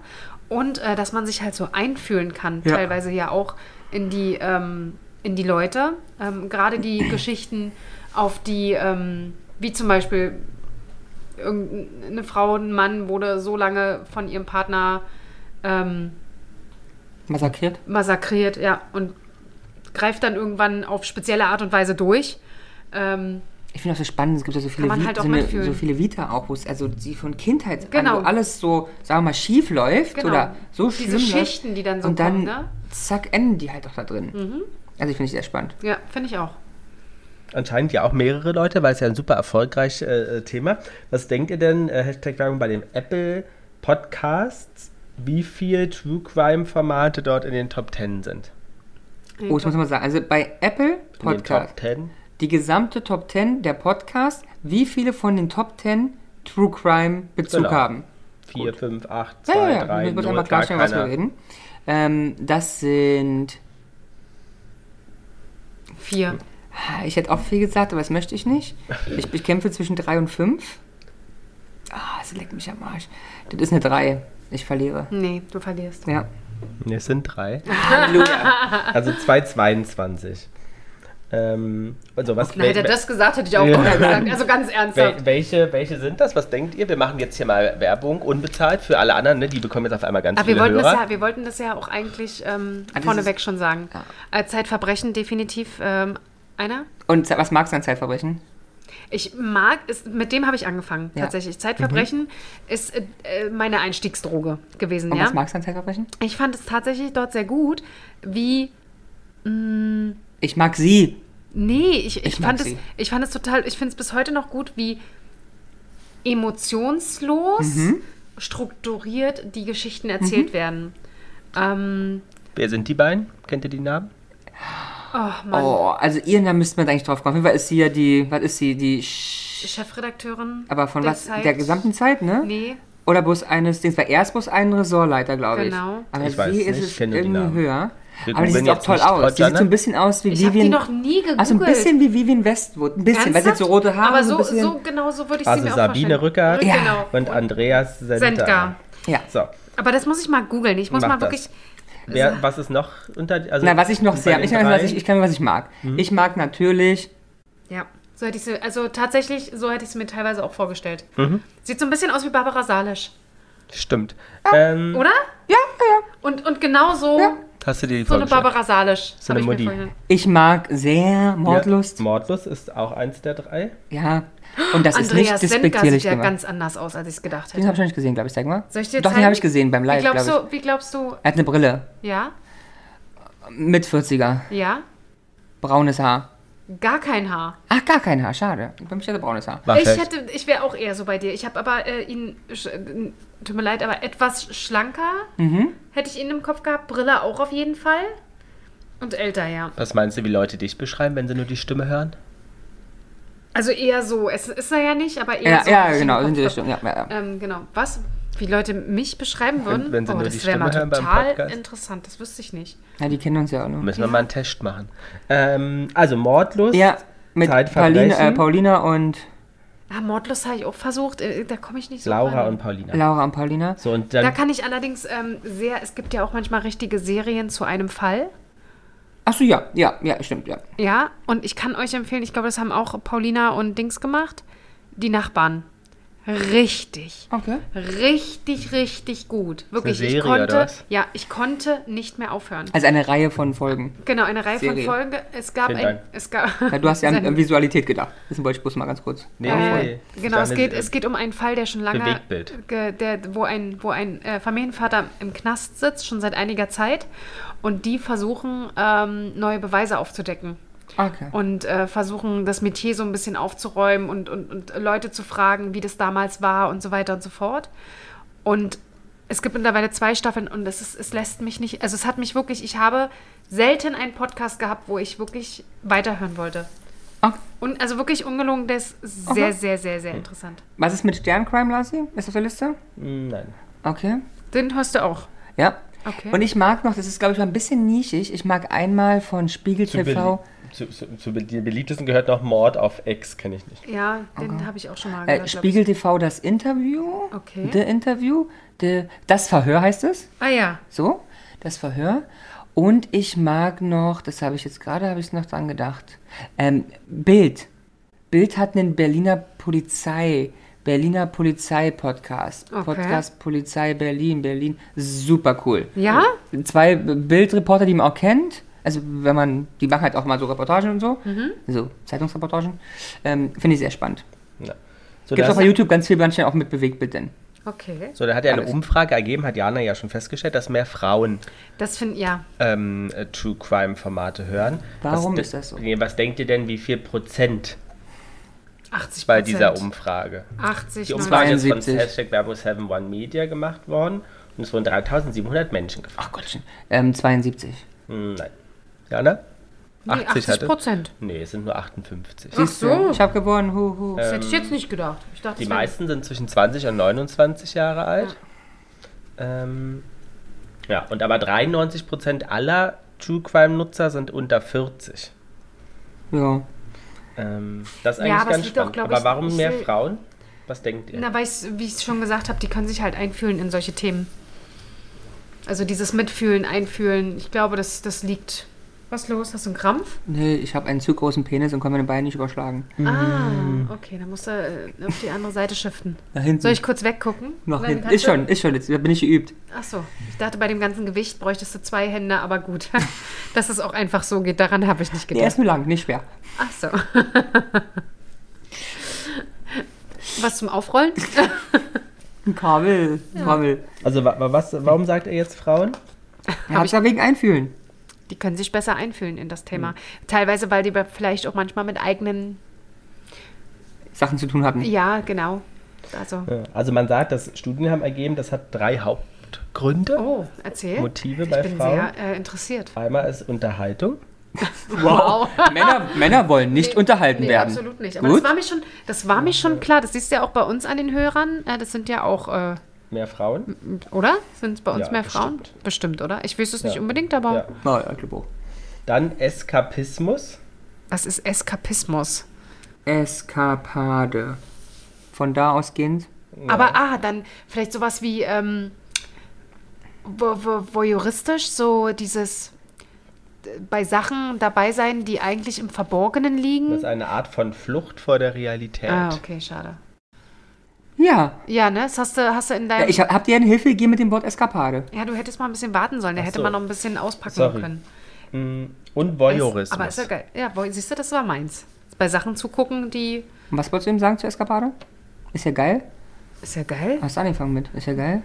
Und äh, dass man sich halt so einfühlen kann, Ja. teilweise ja auch in die, ähm, in die Leute. Ähm, Gerade die Geschichten, auf die, ähm, wie zum Beispiel irgendeine Frau, ein Mann wurde so lange von ihrem Partner ähm, Massakriert? massakriert, ja, und greift dann irgendwann auf spezielle Art und Weise durch. Ähm, Ich finde das so spannend, es gibt ja so viele, man Vi- halt auch so, eine, mitfühlen. so viele Vita auch, wo es also die von Kindheit Genau. an, wo alles so, sagen wir mal, schief läuft Genau. oder so Diese schlimm läuft. Schichten, die dann so Und dann, kommen, ne? Mhm. zack, enden die halt auch da drin. Also ich finde es sehr spannend. ja, finde ich auch. Anscheinend ja auch mehrere Leute, weil es ja ein super erfolgreiches äh, äh, Thema. Was denkt ihr denn, äh, Hashtag Werbung, bei den Apple Podcasts, wie viel True Crime Formate dort in den Top 10 sind? Oh, ich muss mal sagen, also bei Apple In den Podcast, Top 10? die gesamte Top 10 der Podcast, wie viele von den Top 10 True Crime Bezug Genau. haben? 4, 5, 8, Ja, 2, ja, ja. 3, Ich muss 0, einfach klar, klarstellen, was wir keiner. reden. Ähm, das sind. Vier. Ah, Ich hätte auch viel gesagt, aber das möchte ich nicht. Ich, ich kämpfe zwischen 3 und 5. Ah, es leckt mich am Arsch. Das ist eine 3. Ich verliere. Nee, du verlierst. Ja. Nee, Es sind drei. also 2, 22. Ähm, also was, Na, hätte er wel- das gesagt, hätte ich auch Ja. ja. gesagt. Also ganz ernsthaft. Wel welche, welche sind das? Was denkt ihr? Wir machen jetzt hier mal Werbung, unbezahlt für alle anderen. Ne? Die bekommen jetzt auf einmal ganz Aber wir viele wollten, das Hörer. ja, wir wollten das ja auch eigentlich ähm, das vorneweg ist- schon sagen. Ah, Ja. Äh, Zeitverbrechen definitiv ähm, einer. Und was magst du an Zeitverbrechen? Ich mag, es, mit dem habe ich angefangen, Ja. Mhm. tatsächlich. Zeitverbrechen ist äh, äh, meine Einstiegsdroge gewesen. Und ja? was magst du an Zeitverbrechen? Ich fand es tatsächlich dort sehr gut, wie Ich mag sie. Nee, ich, ich, Ich mag fand es, sie. ich fand es total, ich finde es bis heute noch gut, wie emotionslos Mhm. strukturiert die Geschichten erzählt werden. Ähm, Wer sind die beiden? Kennt ihr die Namen? oh Mann, Oh, also ihren Namen müsste man eigentlich drauf kommen. Auf jeden Fall ist sie ja die. Was ist sie? Die. Sch Chefredakteurin. aber von der was? Zeit. Der gesamten Zeit, ne? Nee, Oder bloß eines Dings. Weil erst bloß ein Ressortleiter, glaube ich. Genau. Aber Ich weiß sie nicht, ist ich es kenn nur die irgendwie Namen. höher. Wir Aber die googeln sieht auch jetzt toll nicht ne? aus. trotz Die sieht so Anna. ein bisschen aus wie ich habe die Vivian. noch nie gegoogelt. also ein bisschen wie Vivian Westwood. Ein bisschen, weil sie hat so rote Haare. Aber so so, ein bisschen. so genau so würde ich Also sie mir Sabine auch Rückert vorstellen. Ja. Genau. und Andreas Sendka. Sendka. Ja. So, Aber das muss ich mal googeln. Ich muss Mach mal das. wirklich. wer, was ist noch unter also Na, was ich noch bei sehr. den Ich kann, was drei? Hm? ich, ich kann, was ich mag. Ich mag natürlich. Ja, so hätte ich sie, also tatsächlich, so hätte ich sie mir teilweise auch vorgestellt. Mhm. Sieht so ein bisschen aus wie Barbara Salisch, Stimmt. Ah, Ähm, oder? Ja, ja. Und, und genau so, Ja. hast du dir die so eine vorgestellt? Barbara Salisch. So hab eine ich mir Mutti. vorgestellt. Ich mag sehr Mordlust. Ja, Mordlust ist auch eins der drei. Ja. Und das Andreas ist nicht Sendka sieht despektierlich ja gemacht. ganz anders aus, als ich es gedacht den hätte. habe ich noch nicht gesehen, glaube ich. Sag mal. Soll ich dir Doch, zeigen? den habe ich gesehen beim Wie Live, glaube glaubst, ich. du, wie glaubst du, Er hat eine Brille. ja, Mit 40er. ja? Braunes Haar. Gar kein Haar. Ach, gar kein Haar, schade. Bei mich hat er braunes Haar. War Ich fest. hätte, ich wäre auch eher so bei dir. Ich habe aber äh, ihn, sch- äh, tut mir leid, aber etwas schlanker Mhm. hätte ich ihn im Kopf gehabt. Brille auch auf jeden Fall. Und älter, ja. Was meinst du, wie Leute dich beschreiben, wenn sie nur die Stimme hören? Also eher so. Es ist er ja nicht, aber eher Ja, so. ja, hätte ich ihn genau, im in die Kopf Richtung. Ja, ja, ja. Ähm, genau. Was? Wie Leute mich beschreiben würden? wenn sie oh, nur die das wäre mal Stimme hören beim total Podcast. interessant. Das wüsste ich nicht. ja, die kennen uns ja auch noch. Müssen wir mal einen Test machen. Ähm, also Mordlust, Ja, mit Zeitverbrechen, Paulina, äh, Paulina und Ah, Mordlust habe ich auch versucht. Äh, Da komme ich nicht so Laura ran. und Paulina. Laura und Paulina. so, und Da dann kann ich allerdings ähm, sehr, es gibt ja auch manchmal richtige Serien zu einem Fall. Achso, ja, ja, ja, stimmt, ja. Ja, und ich kann euch empfehlen, ich glaube, das haben auch Paulina und Dings gemacht. Die Nachbarn. Richtig. Okay. Richtig, richtig gut. Wirklich. Serie ich konnte, oder was? Ja, ich konnte nicht mehr aufhören. Also eine Reihe von Folgen. Genau, eine Reihe Serie. von Folgen. Es gab Vielen ein. Dank. Es gab, Ja, du hast ja an, Sendung. an Visualität gedacht. Das wollte ich bloß mal ganz kurz. Nee, Äh, nee. genau, es Dann geht, ist- es geht um einen Fall, der schon lange, Bewegtbild. ge- der, wo ein, wo ein äh, Familienvater im Knast sitzt, schon seit einiger Zeit. Und die versuchen, ähm, neue Beweise aufzudecken. Okay. Und äh, versuchen, das Metier so ein bisschen aufzuräumen und, und, und Leute zu fragen, wie das damals war und so weiter und so fort. Und es gibt mittlerweile zwei Staffeln und es, ist, es lässt mich nicht, also es hat mich wirklich, ich habe selten einen Podcast gehabt, wo ich wirklich weiterhören wollte. Ah, Und also wirklich ungelogen, der ist sehr, sehr, sehr, sehr interessant. was ist mit Sterncrime, Lassi? Ist auf der Liste? Mm, Nein. Okay. Den hörst du auch. Ja. Okay. Und ich mag noch, das ist, glaube ich, mal ein bisschen nischig. Ich mag einmal von Spiegel Zu, TV. belie- zu, zu, zu be- den beliebtesten gehört noch Mord auf Ex, kenne ich nicht. Ja, den habe ich auch schon mal Äh, gehört. glaub ich. Spiegel TV das Interview. Okay. The Interview. The, das Verhör heißt es. Ah ja. So, das Verhör. Und ich mag noch, das habe ich jetzt gerade, habe ich noch dran gedacht. Ähm, Bild. Bild hat einen Berliner Polizei, Berliner Polizei-Podcast. Okay. Podcast Polizei Berlin, Berlin. Super cool. Ja? Zwei Bildreporter, die man auch kennt. Also wenn man, die machen halt auch mal so Reportagen und so. Mhm. So, Zeitungsreportagen. Ähm, Finde ich sehr spannend. Ja. So, Gibt da auch bei YouTube ganz viel manchmal auch mit Bewegtbild denn. Okay. so, da hat ja eine Alles. Umfrage ergeben, hat Jana ja schon festgestellt, dass mehr Frauen Das finde ja. ähm, äh, True Crime Formate hören. Warum was, ist de- das so? Nee, was denkt ihr denn, wie viel Prozent 80 bei dieser Umfrage? 80, Die Umfrage ist von 72. Hashtag Werbung 71 Media gemacht worden und es wurden 3700 Menschen gefragt. Ach Gottchen. Ähm, 72. Hm, nein. Jana? 90. Nee, 80 hatte? Prozent. Nee, es sind nur 58. Ach Siehst du, so. Ich habe gewonnen. Hu, hu. Das hätte ich jetzt nicht gedacht. Ich dachte, Ähm, Die das wär- meisten sind zwischen 20 und 29 Jahre alt. Ja, ähm, ja und aber 93% aller True Crime-Nutzer sind unter 40. Ja. Ähm, das ist Ja, eigentlich aber es ganz liegt auch, spannend. glaub aber ich, warum ich mehr seh- Frauen? Was denkt ihr? Na, weil ich, wie ich schon gesagt habe, die können sich halt einfühlen in solche Themen. Also dieses Mitfühlen, Einfühlen, ich glaube, das, das liegt. Was los? Hast du einen Krampf? Nee, ich habe einen zu großen Penis und kann meine Beine nicht überschlagen. Mhm. Ah, okay, dann musst du äh, auf die andere Seite shiften. Nach hinten. Soll ich kurz weggucken? Nach Dann hinten. kannst Ist du- schon, ist schon, jetzt bin ich geübt. Ach so, ich dachte, bei dem ganzen Gewicht bräuchtest du zwei Hände, aber gut, dass es auch einfach so geht, daran habe ich nicht Nee, er gedacht. ist nur lang, nicht schwer. Ach so. Was zum Aufrollen? Ein Kabel, ein Kabel. Also wa wa- was, warum sagt er jetzt Frauen? Er hat ja wegen Einfühlen. Die können sich besser einfühlen in das Thema. Teilweise, weil die be- vielleicht auch manchmal mit eigenen, Sachen zu tun hatten. ja, genau. Also, Ja, Also man sagt, dass Studien haben ergeben, das hat drei Hauptgründe. oh, erzähl. Motive ich bei bin Frauen? sehr äh, interessiert. Einmal ist Unterhaltung. Wow. Männer, Männer wollen nicht unterhalten Nee, werden. absolut nicht. Aber Gut. das war mir schon, das war mir schon klar. Das siehst du ja auch bei uns an den Hörern. Äh, Das sind ja auch, äh, Mehr Frauen. oder? Sind es bei uns Ja, mehr Frauen? Bestimmt. oder? Ich wüsste es nicht unbedingt, aber Ja. Na ja, Klippo. Dann Eskapismus. was ist Eskapismus? Eskapade. Von da ausgehend. Aber ah, dann vielleicht sowas wie ähm, vo vo voyeuristisch, so dieses äh, bei Sachen dabei sein, die eigentlich im Verborgenen Das ist liegen. eine Art von Flucht vor der Realität. Ah, okay, schade. Ja. Ja, ne? Das hast du, hast du in ja deinem. ich hab, hab dir eine Hilfe gegeben mit dem Wort Eskapade. Ja, du hättest mal ein bisschen warten sollen. Da Ach hätte so. man noch ein bisschen auspacken Sorry. können. Mm, Und Es- Voyeurismus. Aber ist ja geil. Ja, Voy- siehst du, das war meins. Bei Sachen zugucken, die. Und was wolltest du ihm sagen zur Eskapade? Ist ja geil. Ist ja geil. Hast angefangen mit. Ist ja geil.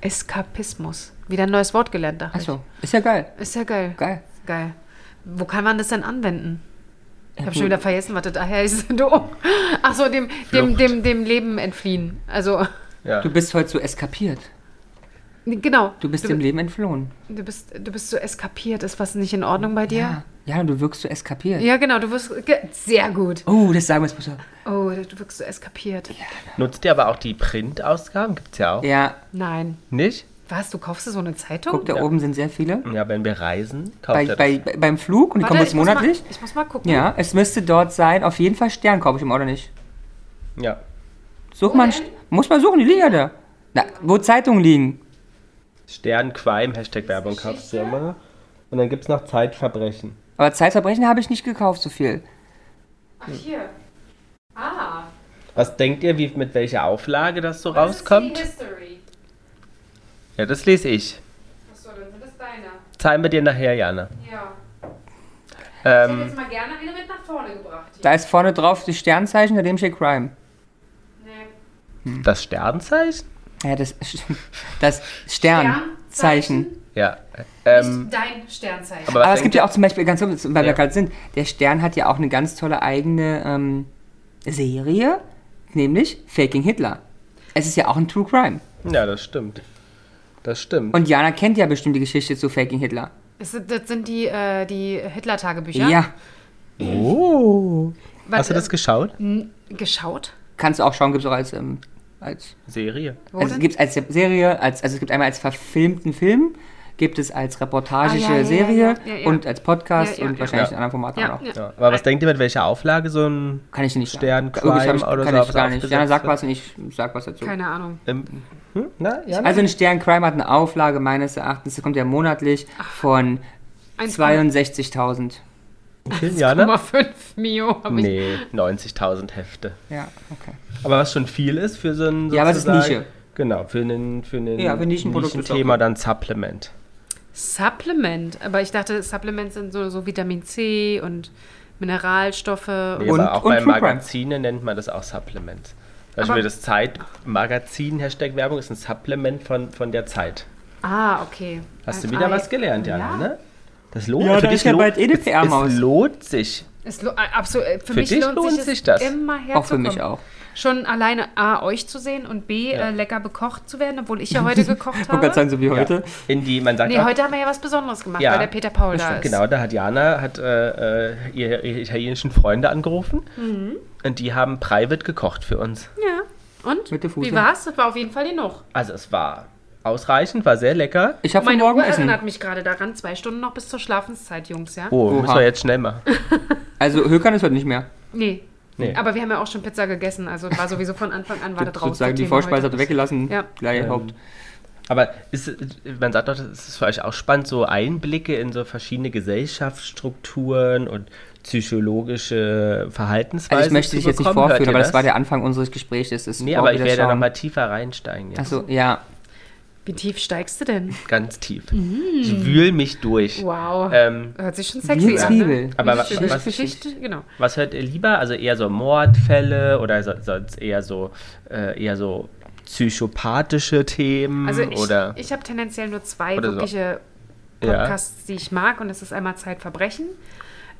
Eskapismus. Wieder ein neues Wort gelernt, dachte Achso. Ist ja geil. ich. Ist ja geil. Geil. Geil. Wo kann man das denn anwenden? Ich habe Hm. schon wieder vergessen, was das daher ist. Du. Ach so, dem, dem, Flucht. dem, dem Leben entfliehen. Also, Ja. Du bist heute so eskapiert. genau. Du bist du, dem Leben entflohen. du bist Du bist so eskapiert. Ist was nicht in Ordnung bei dir? Ja, du wirkst so eskapiert. Ah. Ja, genau. Du wirst. ge- Sehr gut. Oh, das sagen wir jetzt besser. Oh, du wirkst so eskapiert. Nutzt ihr aber auch die Print-Ausgaben? Gibt's ja auch. Ja, Nein. Nicht? Was? Du kaufst dir so eine Zeitung? guck, da oben sind sehr viele. Ja, wenn wir reisen, kauft Bei, ihr das. bei, bei, beim Flug und die kommen Warte, jetzt ich muss monatlich. Mal, ich muss mal gucken. Ja, es müsste dort sein. Auf jeden Fall Sternkorb, ich im Auto nicht. ja. Such mal, einen St- muss man suchen, die liegen ja da. Na, wo Zeitungen liegen. Stern, Crime, Hashtag Werbung kaufst du immer. Und dann gibt's noch Zeitverbrechen. Aber Zeitverbrechen habe ich nicht gekauft, so viel. Ach, hier. Ah. Was denkt ihr, wie, mit welcher Auflage das so rauskommt? History. Ja, das lese ich. Achso, dann sind das deine. Zahlen wir dir nachher, Jana. Ja. Ähm, jetzt mal gerne eine mit nach vorne gebracht. Da ist vorne drauf das Sternzeichen, daneben steht Crime. Nee. das Sternzeichen? Ja, das, das Sternzeichen. Ja. Ähm, dein Sternzeichen. aber was Aber es gibt denkt ja auch zum Beispiel, ganz kurz, weil wir Ja. gerade sind, der Stern hat ja auch eine ganz tolle eigene ähm, Serie, nämlich Faking Hitler. Es ist ja auch ein True Crime. ihr- Ja, das stimmt. Das stimmt. Und Jana kennt ja bestimmt die Geschichte zu Faking Hitler. Das sind, das sind die, äh, die Hitler-Tagebücher. ja. oh. Was, Hast du das äh, geschaut? n- geschaut? Kannst du auch schauen, gibt es auch als, ähm, als Serie. Wo Also es denn? gibt als Serie, als, also es gibt einmal als verfilmten Film, gibt es als reportagische Ah, ja, ja, Serie ja, ja, ja. und als Podcast Ja, ja, und ja. wahrscheinlich Ja. in anderen Formaten ja, auch noch. ja. Ja. Aber was denkt ihr, mit welcher Auflage so ein Kann ich nicht sagen. Stern, Wirklich hab Crime ich, kann oder so, ich was gar nicht. Jana aufgesetzt sagt wird? was und ich sag was dazu. Keine Ahnung. Ähm, hm? Na, Jana? Also ein Stern Crime hat eine Auflage meines Erachtens, das kommt ja monatlich von 62.000. Okay, Jana? 1,5 Mio habe ich. ne? Nee, 90.000 Hefte. Ja, okay. Aber was schon viel ist für so ein Ja, aber es ist sozusagen- Nische. Genau, für einen für einen Ja, für Nischenprodukt ist auch Thema gut. dann Supplement. Supplement. Aber ich dachte, Supplements sind so, so Vitamin C und Mineralstoffe. Nee, Und- aber auch und bei True Crime. Magazinen nennt man das auch Supplement. Zum Beispiel Aber- das Zeitmagazin, Hashtag Werbung, ist ein Supplement von, von der Zeit. Ah, okay. Hast Ein du wieder Ei. was gelernt, Jana, Ja. ne? Das lohnt Ja, für da dich ist ja lohnt- bald eh eine es- PR-Maus. Es lohnt sich. Es lo äh, absolut, äh, für, Für mich dich lohnt, sich, es das. immer herzukommen. Auch für mich auch. Schon alleine A, euch zu sehen und B, Ja. äh, lecker bekocht zu werden, obwohl ich ja heute gekocht Ich wollte gerade habe. sagen, so wie heute. In die, man sagt Nee, auch, heute haben wir ja was Besonderes gemacht, Ja, weil der Peter Paul das da stimmt, ist. Genau, da hat Jana hat, äh, äh, ihre, ihre italienischen Freunde angerufen Mhm. und die haben private gekocht für uns. Ja. Und? Mit der Fuße. Wie war's? Das war auf jeden Fall genug. Also es war ausreichend, war sehr lecker. Ich habe Meine morgen Uhr Essen. erinnert mich gerade daran. Zwei Stunden noch bis zur Schlafenszeit, Jungs, ja? Oh, Oha. müssen wir jetzt schnell machen. Also Hökern ist heute nicht mehr. Nee. Nee. Aber wir haben ja auch schon Pizza gegessen, also war sowieso von Anfang an war da drauf. Sozusagen das die Thema Vorspeise hat heute. er weggelassen. Ja. Gleich Haupt. Ähm, Aber ist, man sagt doch, es ist für euch auch spannend, so Einblicke in so verschiedene Gesellschaftsstrukturen und psychologische Verhaltensweisen. Also ich möchte zu dich jetzt nicht bekommen. Hört vorführen, ihr aber das? war der Anfang unseres Gesprächs. Das ist, Nee, boah, aber wir ich das werde da schauen. nochmal tiefer reinsteigen jetzt. Achso, ja. Wie tief steigst du denn? Ganz tief. Mhm. Ich wühl mich durch. Wow. Ähm, Hört sich schon Wie sexy eine an. Zwiebel. Ne? aber was, Hm, Geschichte, was, Geschichte, genau. was hört ihr lieber? Also eher so Mordfälle oder so, sonst eher so, äh, eher so psychopathische Themen Also ich, oder ich habe tendenziell nur zwei Oder so. wirkliche Ja. Podcasts, die ich mag. Und das ist einmal Zeitverbrechen,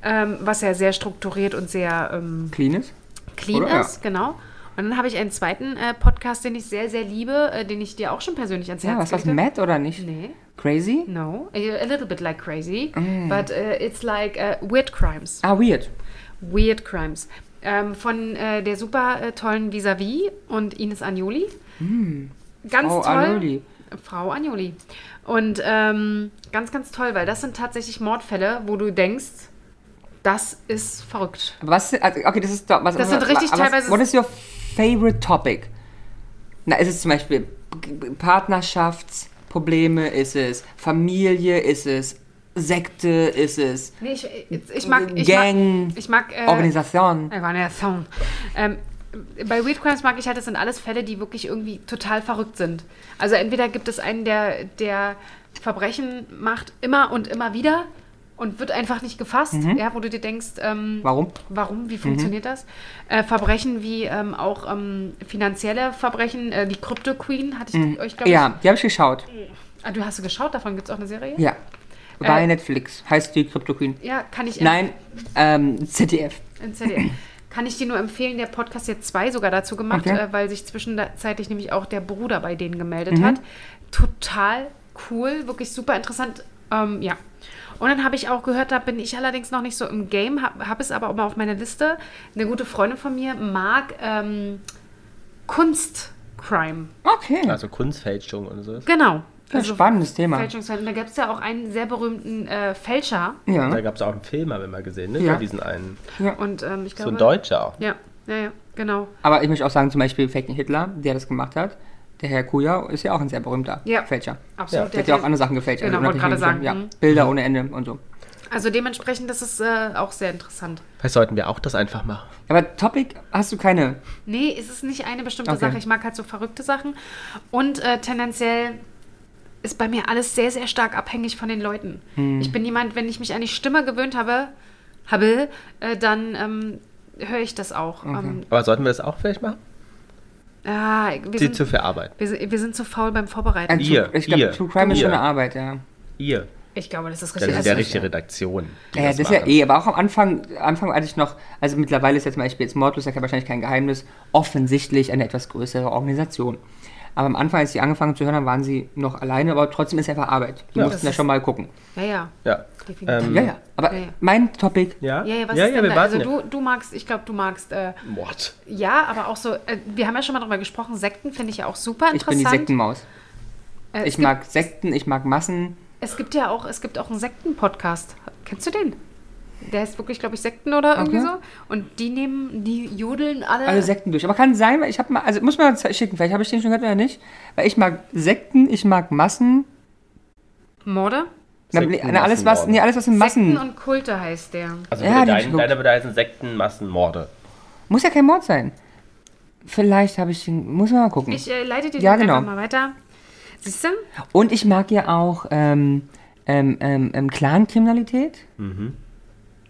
ähm, was ja sehr strukturiert und sehr ähm, Cleanes? clean Oder? ist, genau. Und dann habe ich einen zweiten äh, Podcast, den ich sehr, sehr liebe, äh, den ich dir auch schon persönlich ans Ja, Herz was das? gelegt habe. Matt oder nicht? Nee, Crazy? no. A a little bit like crazy. Mm. But äh, it's like äh, weird crimes. Ah, weird. Weird Crimes. Ähm, von äh, der super äh, tollen Visavi und Ines Agnoli. Ganz Mm. Frau toll. Agnoli. Frau Agnoli. Und ähm, ganz, ganz toll, weil das sind tatsächlich Mordfälle, wo du denkst, das ist verrückt. Aber Was, also, okay, das ist doch was. Das sind richtig was, teilweise- What is your favorite topic? Na, ist es zum Beispiel Partnerschaftsprobleme? Ist es Familie? Ist es Sekte? Ist es Nee, ich, ich, ich mag. Ich Gang? Mag, ich mag. Äh, Organisation? Äh, war eine Song. Ähm, bei Weird Crimes mag ich halt, das sind alles Fälle, die wirklich irgendwie total verrückt sind. Also entweder gibt es einen, der, der Verbrechen macht immer und immer wieder und wird einfach nicht gefasst, ja, wo du dir denkst, ähm, Mhm. Warum? Mhm. Warum? Wie funktioniert das? Äh, Verbrechen wie ähm, auch ähm, finanzielle Verbrechen, äh, die Crypto Queen hatte ich euch, glaube ich. Mhm. Ja, die habe ich geschaut. Ah, du hast geschaut, davon gibt es auch eine Serie? Ja. Bei Netflix. Heißt die Crypto Queen. Äh, Ja, kann ich. Nein, ähm, ZDF. Im ZDF. Kann ich dir nur empfehlen, der Podcast jetzt zwei sogar dazu gemacht, Okay. äh, weil sich zwischenzeitlich nämlich auch der Bruder bei denen Mhm. gemeldet hat. Total cool, wirklich super interessant. Ähm, ja. Und dann habe ich auch gehört, da bin ich allerdings noch nicht so im Game, habe hab es aber auch mal auf meiner Liste. Eine gute Freundin von mir mag ähm, Kunstcrime. Okay. Also Kunstfälschung und so. Genau. Das ist ein spannendes Thema. Fälschungsfällen. Und da gab es ja auch einen sehr berühmten äh, Fälscher. Ja. Da gab es auch einen Film, haben wir mal gesehen, ne? Ja. Ja. Diesen einen. Und ähm, ich So glaube. ein Deutscher auch. Ja, ja, ja, genau. Aber ich möchte auch sagen, zum Beispiel Fake Hitler, der das gemacht hat, der Herr Kuja ist ja auch ein sehr berühmter Ja. Fälscher. Absolut. Der hat ja auch andere Sachen gefälscht. Genau, wollte gerade unabhängig von dem sagen. Film. Mhm. Ja, Bilder ohne Ende und so. Also dementsprechend, das ist äh, auch sehr interessant. Vielleicht sollten wir auch das einfach machen. Aber Topic hast du keine. Nee, es ist nicht eine bestimmte Okay. Sache. Ich mag halt so verrückte Sachen. Und äh, tendenziell ist bei mir alles sehr, sehr stark abhängig von den Leuten. Ich bin jemand, wenn ich mich an die Stimme gewöhnt habe, habe äh, dann ähm, höre ich das auch. Ähm, Aber sollten wir das auch vielleicht machen? ah, wir, Sie zu sind, viel Arbeit. wir, sind, wir sind zu faul beim Vorbereiten. Ein Ihr, True- Äh, ich glaube, ihr, True Crime ist ihr. schon eine Arbeit, ja. Ihr. Ich glaube, das ist Das richtig. ist Also, ja richtige Redaktion. die Ja, das ist ja machen. eh, aber auch am Anfang, Anfang als ich noch, also mittlerweile ist jetzt zum Beispiel jetzt Mordlos, ja wahrscheinlich kein Geheimnis, offensichtlich eine etwas größere Organisation. Aber am Anfang, als sie angefangen zu hören haben, waren sie noch alleine, aber trotzdem ist einfach Arbeit. Die Ja. mussten Das ja ist- schon mal gucken. ja, Also, ja. Ja. Definitiv. Ähm, Ja, ja. Aber Ja, ja. mein Topic, Ja, Ja, ja, was ja, ist denn wir da? warten. Also du, du magst, ich glaube, du magst, äh, ja. Mord. ja, aber auch so, äh, wir haben ja schon mal darüber gesprochen, Sekten finde ich ja auch super ich bin die interessant. Sektenmaus. Äh, es Ich mag Sekten, ich mag Massen. Es gibt ja auch, es gibt auch einen Sekten-Podcast. Kennst du den? Der heißt wirklich, glaube ich, Sekten oder irgendwie Okay. so. Und die nehmen, die jodeln alle. Alle Sekten durch. Aber kann sein, weil ich habe mal, also muss man mal schicken, vielleicht habe ich den schon gehört oder nicht. Weil ich mag Sekten, ich mag Massen. Morde? Na, Sekten, nee, na, alles, was, Massenmorde. nee, alles, was in Massen. Sekten und Kulte heißt der. Also Ja, ja, den dein, Schluck. deiner würde heißen Sektenmassenmorde. Muss ja kein Mord sein. Vielleicht habe ich den. Muss man mal gucken. Ich äh, leite dir Ja, den genau. einfach mal weiter. Siehst du? Und ich mag ja auch ähm, ähm, ähm, ähm, Clan-Kriminalität.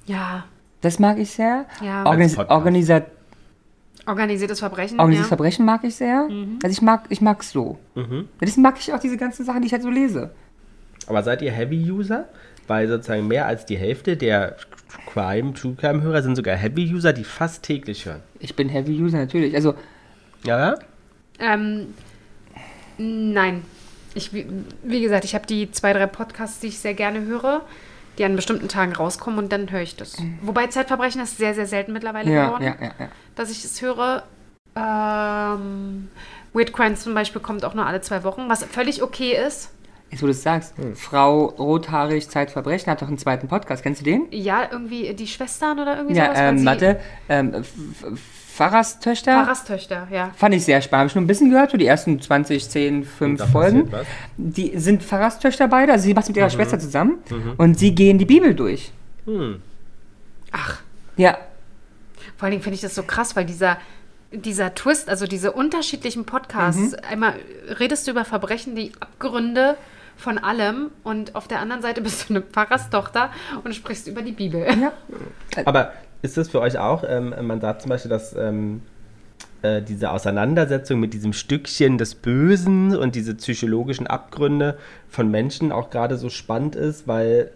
Ja. Das mag ich sehr. Ja. Organis Als Podcast. organisa Organisiertes Verbrechen. organisiertes ja. Verbrechen mag ich sehr. Also ich mag ich mag's so. Deswegen mag ich auch diese ganzen Sachen, die ich halt so lese. Aber seid ihr Heavy-User? Weil sozusagen mehr als die Hälfte der Crime, True Crime-Hörer sind sogar Heavy-User, die fast täglich hören. Ich bin Heavy User natürlich. Also Ja? Ähm, nein. Ich, wie- wie gesagt, ich habe die zwei, drei Podcasts, die ich sehr gerne höre, die an bestimmten Tagen rauskommen und dann höre ich das. Wobei Zeitverbrechen ist sehr, sehr selten mittlerweile Mhm. ja, geworden, ja, ja, ja. dass ich es höre. Ähm, Weird Crimes zum Beispiel kommt auch nur alle zwei Wochen, was völlig okay ist. Jetzt wo du es sagst, Hm. Frau rothaarig Zeitverbrechen hat doch einen zweiten Podcast. Kennst du den? Ja, irgendwie die Schwestern oder irgendwie Ja, sowas. weil ähm, sie- warte. Ähm, F- F- Pfarrerstöchter. Pfarrerstöchter, ja. Fand ich sehr spannend. Hab ich nur ein bisschen gehört, so die ersten 20, 10, 5 Da Folgen. passiert was. Mhm. Die sind Pfarrerstöchter beide, also sie macht mit ihrer Schwester zusammen und sie gehen die Bibel durch. Hm. Ach, Ja, Vor allen Dingen finde ich das so krass, weil dieser, dieser Twist, also diese unterschiedlichen Podcasts, einmal redest du über Verbrechen, die Abgründe von allem und auf der anderen Seite bist du eine Pfarrerstochter und sprichst über die Bibel. ja. Aber ist das für euch auch, ähm, man sagt zum Beispiel, dass ähm, äh, diese Auseinandersetzung mit diesem Stückchen des Bösen und diese psychologischen Abgründe von Menschen auch gerade so spannend ist, weil,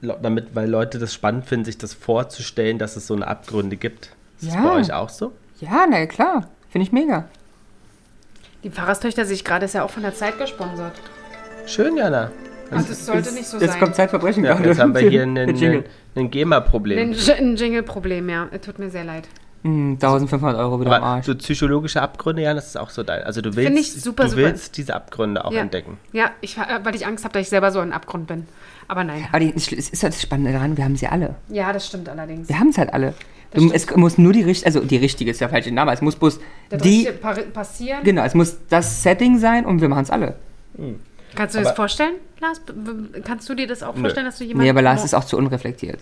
le- damit, weil Leute das spannend finden, sich das vorzustellen, dass es so eine Abgründe gibt. Ist Ja. das bei euch auch so? Ja, na ja, klar. Finde ich mega. Die Pfarrerstochter sehe ich gerade, ist ja auch von der Zeit gesponsert. Schön, Jana. Also das sollte Jetzt- nicht so jetzt sein. kommt Zeitverbrechen Ja, gerade. jetzt haben wir hier einen, Den Jingle. einen, einen GEMA-Problem. Ein J- ein Jingle-Problem, ja. Tut mir sehr leid. Hm, 1500 Euro wieder am Aber Arsch. so psychologische Abgründe, ja, das ist auch so dein. Also du willst, Finde ich super, du super. willst diese Abgründe auch Ja, entdecken. ja ich, äh, weil ich Angst habe, dass ich selber so ein Abgrund bin. Aber nein. Aber die, es ist halt das Spannende daran, wir haben sie alle. Ja, das stimmt allerdings. Wir haben es halt alle. Das Du, es stimmt. muss nur die richtige, also die richtige ist der falsche Name, es muss bloß Das die, richtige Pari- passieren. genau, es muss das Setting sein und wir machen es alle. Kannst du dir das Aber- vorstellen, Lars? B- b- Kannst du dir das auch Nö. vorstellen, dass du jemanden. Nee, aber Lars Mo- ist auch zu unreflektiert.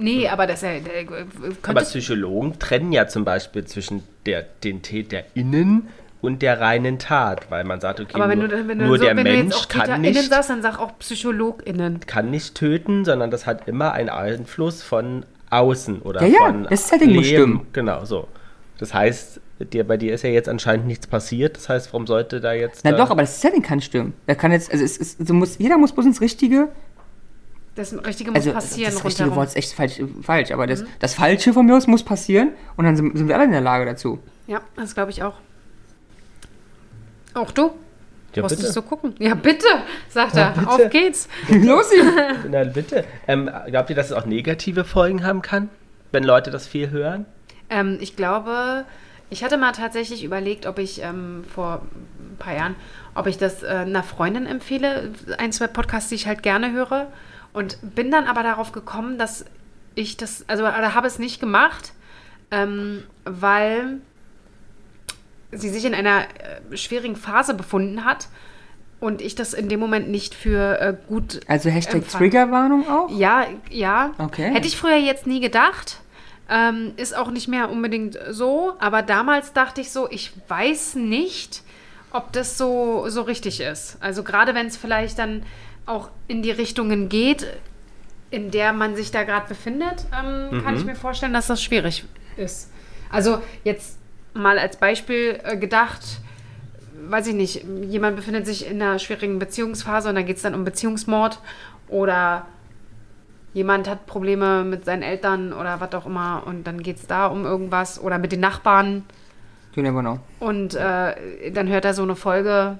Nee, aber das äh, äh, Hm. Aber könntest Psychologen trennen ja zum Beispiel zwischen der, den TäterInnen und der reinen Tat, weil man sagt, okay, aber wenn nur, du, wenn du nur so, der wenn du Mensch jetzt auch kann TäterInnen nicht, sagst, dann sag auch PsychologInnen. kann nicht töten, sondern das hat immer einen Einfluss von außen oder Ja, ja, von das Setting muss stimmen. Genau, so. Das heißt, dir, bei dir ist ja jetzt anscheinend nichts passiert, das heißt, warum sollte da jetzt... Na äh, doch, aber das Setting kann stimmen. Er kann jetzt, also es ist, so muss, jeder muss bloß ins richtige Das Richtige muss Also, passieren Mhm. das richtige rundherum. Wort ist echt falsch, falsch aber das, das Falsche von mir aus muss passieren und dann sind, sind wir alle in der Lage dazu. Ja, das glaube ich auch. Auch du? Ja, Musstest bitte. du gucken? Ja, bitte, sagt Ja, er. bitte. Auf geht's. Los! ihr- Na bitte. Ähm, glaubt ihr, dass es auch negative Folgen haben kann, wenn Leute das viel hören? Ähm, ich glaube, ich hatte mal tatsächlich überlegt, ob ich ähm, vor ein paar Jahren, ob ich das äh, einer Freundin empfehle, ein, zwei Podcasts, die ich halt gerne höre. Und bin dann aber darauf gekommen, dass ich das, also oder habe es nicht gemacht, ähm, weil sie sich in einer äh, schwierigen Phase befunden hat und ich das in dem Moment nicht für äh, gut Also Hashtag Empfang. Triggerwarnung auch? Ja, ja. Okay. Hätte ich früher jetzt nie gedacht. Ähm, ist auch nicht mehr unbedingt so. Aber damals dachte ich so, ich weiß nicht, ob das so, so richtig ist. Also gerade wenn es vielleicht dann auch in die Richtungen geht, in der man sich da gerade befindet, ähm, kann ich mir vorstellen, dass das schwierig ist. Also jetzt mal als Beispiel äh, gedacht, weiß ich nicht, jemand befindet sich in einer schwierigen Beziehungsphase und da geht es dann um Beziehungsmord oder jemand hat Probleme mit seinen Eltern oder was auch immer und dann geht es da um irgendwas oder mit den Nachbarn You never know. und äh, dann hört er so eine Folge,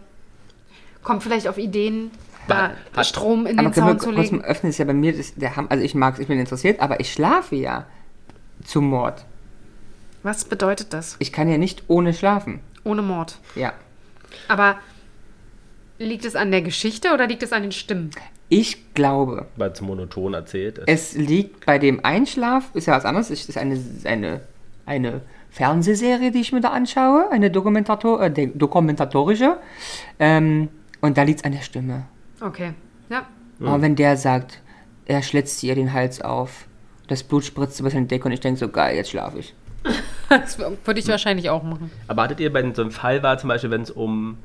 kommt vielleicht auf Ideen, da Hat- Strom in Aber den Zaun können zu wir kurz legen. mal öffnen, ist ja bei mir, das, der Ham also ich mag es, ich bin interessiert, aber ich schlafe ja zum Mord. Was bedeutet das? Ich kann ja nicht ohne schlafen. Ohne Mord. Ja. Aber liegt es an der Geschichte oder liegt es an den Stimmen? Ich glaube, Weil es monoton erzählt ist. Es liegt bei dem Einschlaf, ist ja was anderes, es ist eine, eine, eine Fernsehserie, die ich mir da anschaue, eine Dokumentator, äh, de- dokumentatorische. Ähm, und da liegt es an der Stimme. Okay. Ja. Aber wenn der sagt, er schlitzt ihr den Hals auf, das Blut spritzt über seine Decke und ich denke so, geil, jetzt schlafe ich. Das würde ich wahrscheinlich auch machen. Aber hattet ihr, wenn so ein Fall war, zum Beispiel, wenn es um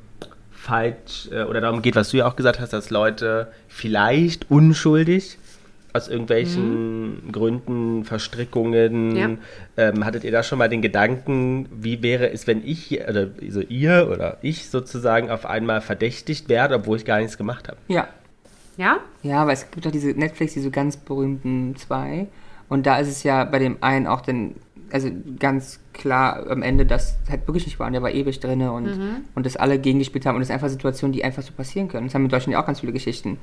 falsch äh, oder darum geht, was du ja auch gesagt hast, dass Leute vielleicht unschuldig aus irgendwelchen Gründen, Verstrickungen, Mhm. Ja. ähm, hattet ihr da schon mal den Gedanken, wie wäre es, wenn ich hier- oder also ihr oder ich sozusagen auf einmal verdächtigt werde, obwohl ich gar nichts gemacht habe? Ja. Ja? Ja, aber es gibt doch diese Netflix, diese ganz berühmten zwei. Und da ist es ja bei dem einen auch dann, also ganz klar am Ende, das hat wirklich nicht waren, der war ewig drin und, und das alle gegengespielt haben. Und das sind einfach Situationen, die einfach so passieren können. Das haben in Deutschland ja auch ganz viele Geschichten.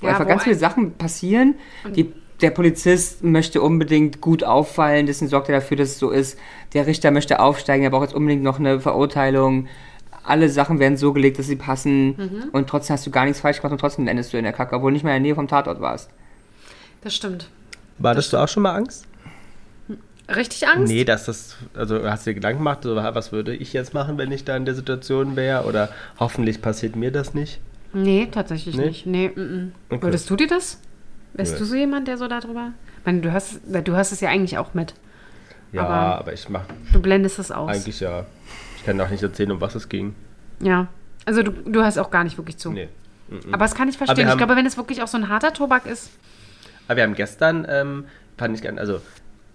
Wo Ja, einfach wo ganz viele ein- Sachen passieren, die. Der Polizist möchte unbedingt gut auffallen, deswegen sorgt er dafür, dass es so ist. Der Richter möchte aufsteigen, er braucht jetzt unbedingt noch eine Verurteilung. Alle Sachen werden so gelegt, dass sie passen Mhm. und trotzdem hast du gar nichts falsch gemacht und trotzdem endest du in der Kacke, obwohl du nicht mehr in der Nähe vom Tatort warst. Das stimmt. Wartest du auch schon mal Angst? Richtig Angst? Nee, dass das, also hast du dir Gedanken gemacht, so, was würde ich jetzt machen, wenn ich da in der Situation wäre? Oder hoffentlich passiert mir das nicht? Nee, tatsächlich Nee? nicht. Nee, mm, mm. Okay. Würdest du dir das? Wärst Nö. du so jemand, der so darüber? Ich meine, du hast, du hast es ja eigentlich auch mit. Ja, Aber- aber, ich mache Du blendest es aus. eigentlich ja. Ich kann auch nicht erzählen, um was es ging. Ja. Also du, du hörst auch gar nicht wirklich zu. Nee. Aber das kann ich Aber wir verstehen. Ich haben- glaube, wenn es wirklich auch so ein harter Tobak ist. Aber wir haben gestern, ähm, fand ich ganz, also,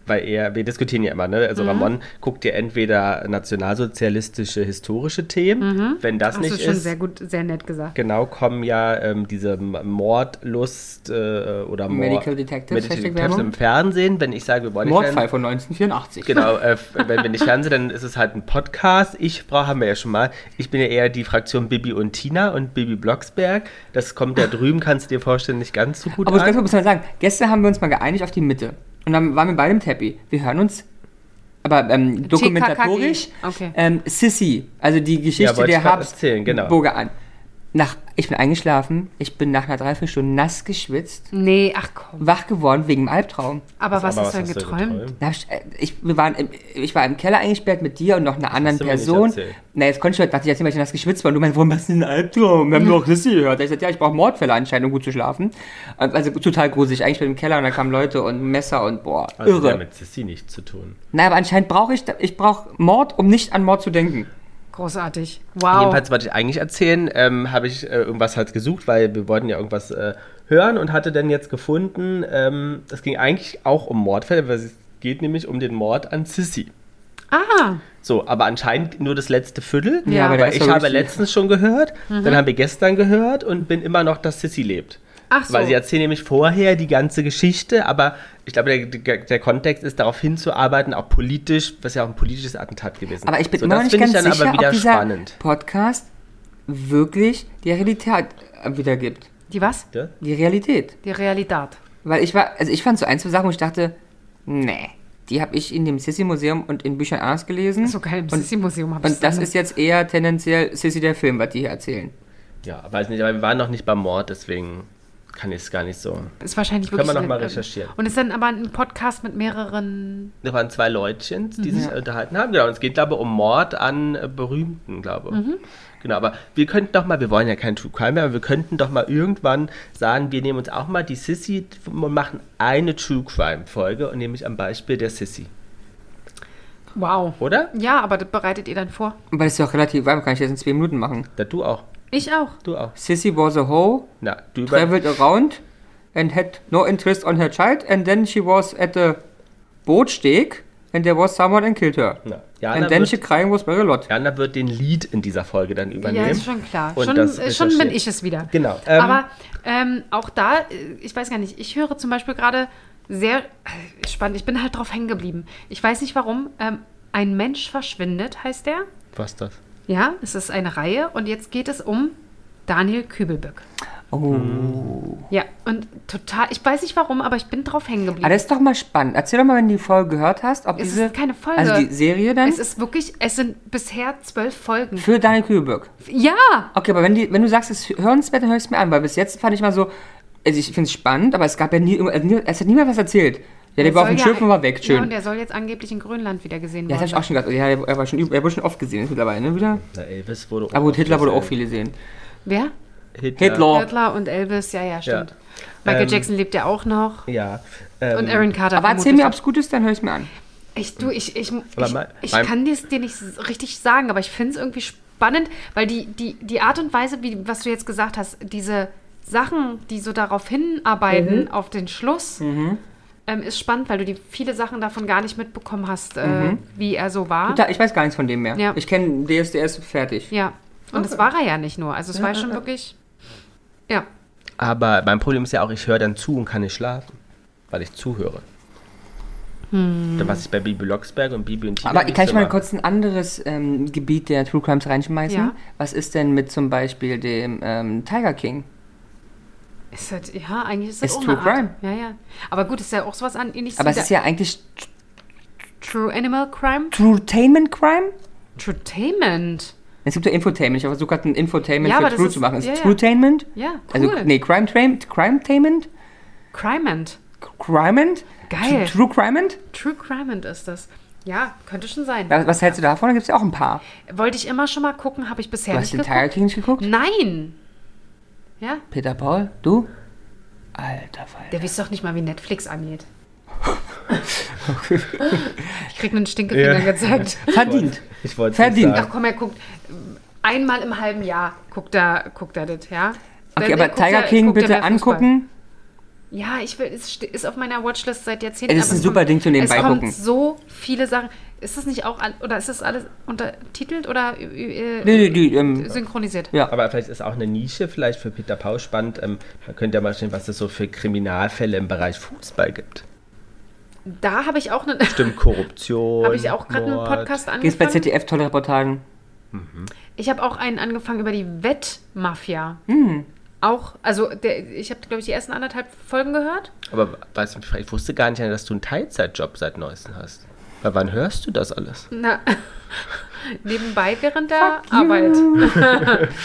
weil er, wir diskutieren ja immer, ne? Also Mhm. Ramon guckt ja entweder nationalsozialistische historische Themen, wenn das Hast nicht du Mhm. schon ist. sehr gut, sehr nett gesagt. Genau, kommen ja ähm, diese Mordlust äh, oder Mord, Medical Detectives, Medical Hashtag Detectives Werbung. im Fernsehen, wenn ich sage, wir wollen nicht Mordfall von 1984. Genau, äh, f- wenn wir nicht Fernsehen, dann ist es halt ein Podcast. Ich brauche, haben wir ja schon mal, ich bin ja eher die Fraktion Bibi und Tina und Bibi Blocksberg. Das kommt da drüben, kannst du dir vorstellen, nicht ganz so gut Aber ich an. ganz kurz muss man sagen, gestern haben wir uns mal geeinigt auf die Mitte. Und dann waren wir beide im Happy. Wir hören uns, aber ähm, dokumentatorisch, Okay. ähm, Sissy, also die Ja, Geschichte wollte der ich grad Habsburger erzählen, genau. an. Nach, ich bin eingeschlafen, ich bin nach einer Dreiviertelstunde nass geschwitzt, Nee, ach komm. wach geworden wegen dem Albtraum. Aber was Aber hast du denn geträumt? Da hab ich, äh, ich, wir waren im, ich war im Keller eingesperrt mit dir und noch einer anderen du mir nicht Person. erzählt. Na, jetzt konnte ich heute, dachte ich, jetzt immer, ich nass geschwitzt war. Und du meinst, warum hast du denn einen Albtraum? Wir haben nur auch Sissy gehört. Da hab ich gesagt, ja, ich brauche Mordfälle anscheinend, um gut zu schlafen. Und Also total gruselig. Eingesperrt im Keller und da kamen Leute und Messer und boah, Also irre. hat mit Sissi nichts zu tun. Na, aber anscheinend brauche ich, ich brauche Mord, um nicht an Mord zu denken. Großartig. Wow. Jedenfalls wollte ich eigentlich erzählen, ähm, habe ich äh, irgendwas halt gesucht, weil wir wollten ja irgendwas äh, hören und hatte dann jetzt gefunden, ähm, es ging eigentlich auch um Mordfälle, weil es geht nämlich um den Mord an Sissi. ah, So, aber anscheinend nur das letzte Viertel. Ja, aber da Weil ist Mhm. ich doch habe wirklich- letztens schon gehört, dann haben wir gestern gehört und bin immer noch, dass Sissy lebt. Ach so. Weil sie erzählen nämlich vorher die ganze Geschichte, aber ich glaube, der, der, der Kontext ist darauf hinzuarbeiten, auch politisch, was ja auch ein politisches Attentat gewesen Aber ich bin So, immer noch das nicht finde ich ganz dann aber sicher, wieder ob dieser spannend. Podcast wirklich die Realität äh, wiedergibt. Die was? Ja? Die Realität. Die Realität. Weil ich war, also ich fand so ein, zwei Sachen, wo ich dachte, nee, die habe ich in dem Sissi-Museum und in Büchern anders gelesen. So geil, im und, Sissi-Museum habe ich und das ist jetzt eher tendenziell Sissi der Film, was die hier erzählen. Ja, weiß nicht, aber wir waren noch nicht beim Mord, deswegen kann ich es gar nicht so. Ist wahrscheinlich Können wir wirklich. noch mal ähm, recherchieren. Und ist dann aber ein Podcast mit mehreren. Da waren zwei Leutchen, Mhm. die sich unterhalten haben. Genau, und es geht, glaube ich, um Mord an äh, Berühmten, glaube ich. Mhm. Genau, aber wir könnten doch mal, wir wollen ja kein True Crime mehr, aber wir könnten doch mal irgendwann sagen, wir nehmen uns auch mal die Sissy und machen eine True Crime-Folge und nämlich am Beispiel der Sissy, Wow. oder? Ja, aber das bereitet ihr dann vor. Aber das ist doch relativ warm, kann ich jetzt in zwei Minuten machen. Da du auch, Ich auch. du auch. Sissy was a hoe, Na, du über traveled around and had no interest on her child and then she was at the boatsteg and there was someone and killed her. Na, Jana, And then she wird, crying was very lot. Jana wird den Lead in dieser Folge dann übernehmen. Ja, ist schon klar. Und Schon, das äh, schon bin recherchieren. ich es wieder. Genau, ähm, Aber ähm, auch da, äh, ich weiß gar nicht, ich höre zum Beispiel gerade sehr äh, spannend, ich bin halt drauf hängen geblieben. Ich weiß nicht warum. Ähm, ein Mensch verschwindet, heißt der. Was das? Ja, es ist eine Reihe und jetzt geht es um Daniel Kübelböck. Mhm. Oh. Ja, und total, ich weiß nicht warum, aber ich bin drauf hängen geblieben. Aber Ah, das ist doch mal spannend. Erzähl doch mal, wenn du die Folge gehört hast, ob Es diese. ist keine Folge. Also die Serie dann? es ist wirklich, es sind bisher zwölf Folgen. für Daniel Kühlberg. Ja! Okay, aber wenn, die, wenn du sagst, es ist hörenswert, dann höre ich es mir an, weil bis jetzt fand ich mal so, also ich finde es spannend, aber es gab ja nie, irgend- also nie- es hat niemand was erzählt. Ja, der war auf dem Schiff und war weg, Ja, schön. und Ja, genau, der soll jetzt angeblich in Grönland wieder gesehen das habe werden. ich auch schon gedacht. Ja, er war schon, üb- er wurde schon oft gesehen jetzt mittlerweile, ne, wieder? Na, Elvis wurde Aber gut, Hitler wurde auch Oh. viel. viele sehen. Wer? Hitler. Hitler und Elvis, ja, ja, stimmt. Ja. Michael Ähm, Jackson lebt ja auch noch. Ja. Und Ähm, Aaron Carter. Aber erzähl mir, ob es gut ist, dann höre ich es mir an. Ich, du, ich, ich, ich, Aber mein- ich mein- kann dir es dir nicht s- richtig sagen, aber ich finde es irgendwie spannend, weil die, die, die Art und Weise, wie, was du jetzt gesagt hast, diese Sachen, die so darauf Mhm. hinarbeiten, auf den Schluss, ähm, ist spannend, weil du die viele Sachen davon gar nicht mitbekommen hast, Mhm. äh, wie er so war. Total, Ich weiß gar nichts von dem mehr. Ja. Ich kenne DSDS fertig. Ja. Und das war er ja nicht nur. Also es war schon wirklich. Ja. aber mein Problem ist ja auch, ich höre dann zu und kann nicht schlafen, weil ich zuhöre. Hm. Dann was ich bei Bibi Blocksberg und Bibi und Tina. Aber kann ich mal immer- kurz ein anderes ähm, Gebiet der True Crimes reinschmeißen? Ja. Was ist denn mit zum Beispiel dem ähm, Tiger King? Ist halt, ja, eigentlich ist das Ist auch True eine Art. Crime. Ja, ja. Aber gut, ist ja auch sowas an ähnliches Aber wie es ist der ja eigentlich True Animal Crime. Trutainment Crime? Entertainment. Es gibt ja Infotainment. Ich habe versucht, gerade ein Infotainment Ja, aber für das True ist- zu machen. Ist ja, ja. Trutainment? Ja, cool. Also, nee, Crime-Tainment? Crime Crimement. Criment? Geil. True Criment? True Crimement ist das. Ja, könnte schon sein. Was, was hältst du davon? Da gibt es ja auch ein paar. Wollte ich immer schon mal gucken, habe ich bisher Du nicht hast den geguckt. Tiger King nicht geguckt? Nein. Ja, Peter Paul? Du? Alter Fall. der weiß doch nicht mal, wie Netflix angeht. ich krieg einen Stinkefinger Ja. gezeigt. Verdient. Ich wollte Verdient. Ach komm, er guckt ähm, einmal im halben Jahr guckt er, guckt er das, ja. Okay, Der- der aber guckt ja- Tiger King guckt ja bitte mehr Fußball. angucken. Ja, ich will, es ste- ist auf meiner Watchlist seit Jahrzehnten. Es ist aber ein super kommt- Ding zum nebenbei Es kommen gucken. so viele Sachen. Ist das nicht auch, all- oder ist das alles untertitelt oder äh, Nee, nee, die, ähm, synchronisiert? Ja. Aber vielleicht ist auch eine Nische vielleicht für Peter Paul spannend. Ähm, man könnte ja mal sehen, was es so für Kriminalfälle im Bereich Fußball gibt. Da habe ich auch einen, Stimmt, Korruption. habe ich auch gerade einen Mord. Podcast Gibt es bei angefangen. ZDF tolle Reportagen? Ich habe auch einen angefangen über die Wettmafia. Hm. Auch, also der, ich habe, glaube ich, die ersten anderthalb Folgen gehört. Aber weißt, du, ich wusste gar nicht, dass du einen Teilzeitjob seit Neuestem hast. Weil wann hörst du das alles? Na, nebenbei während der Arbeit.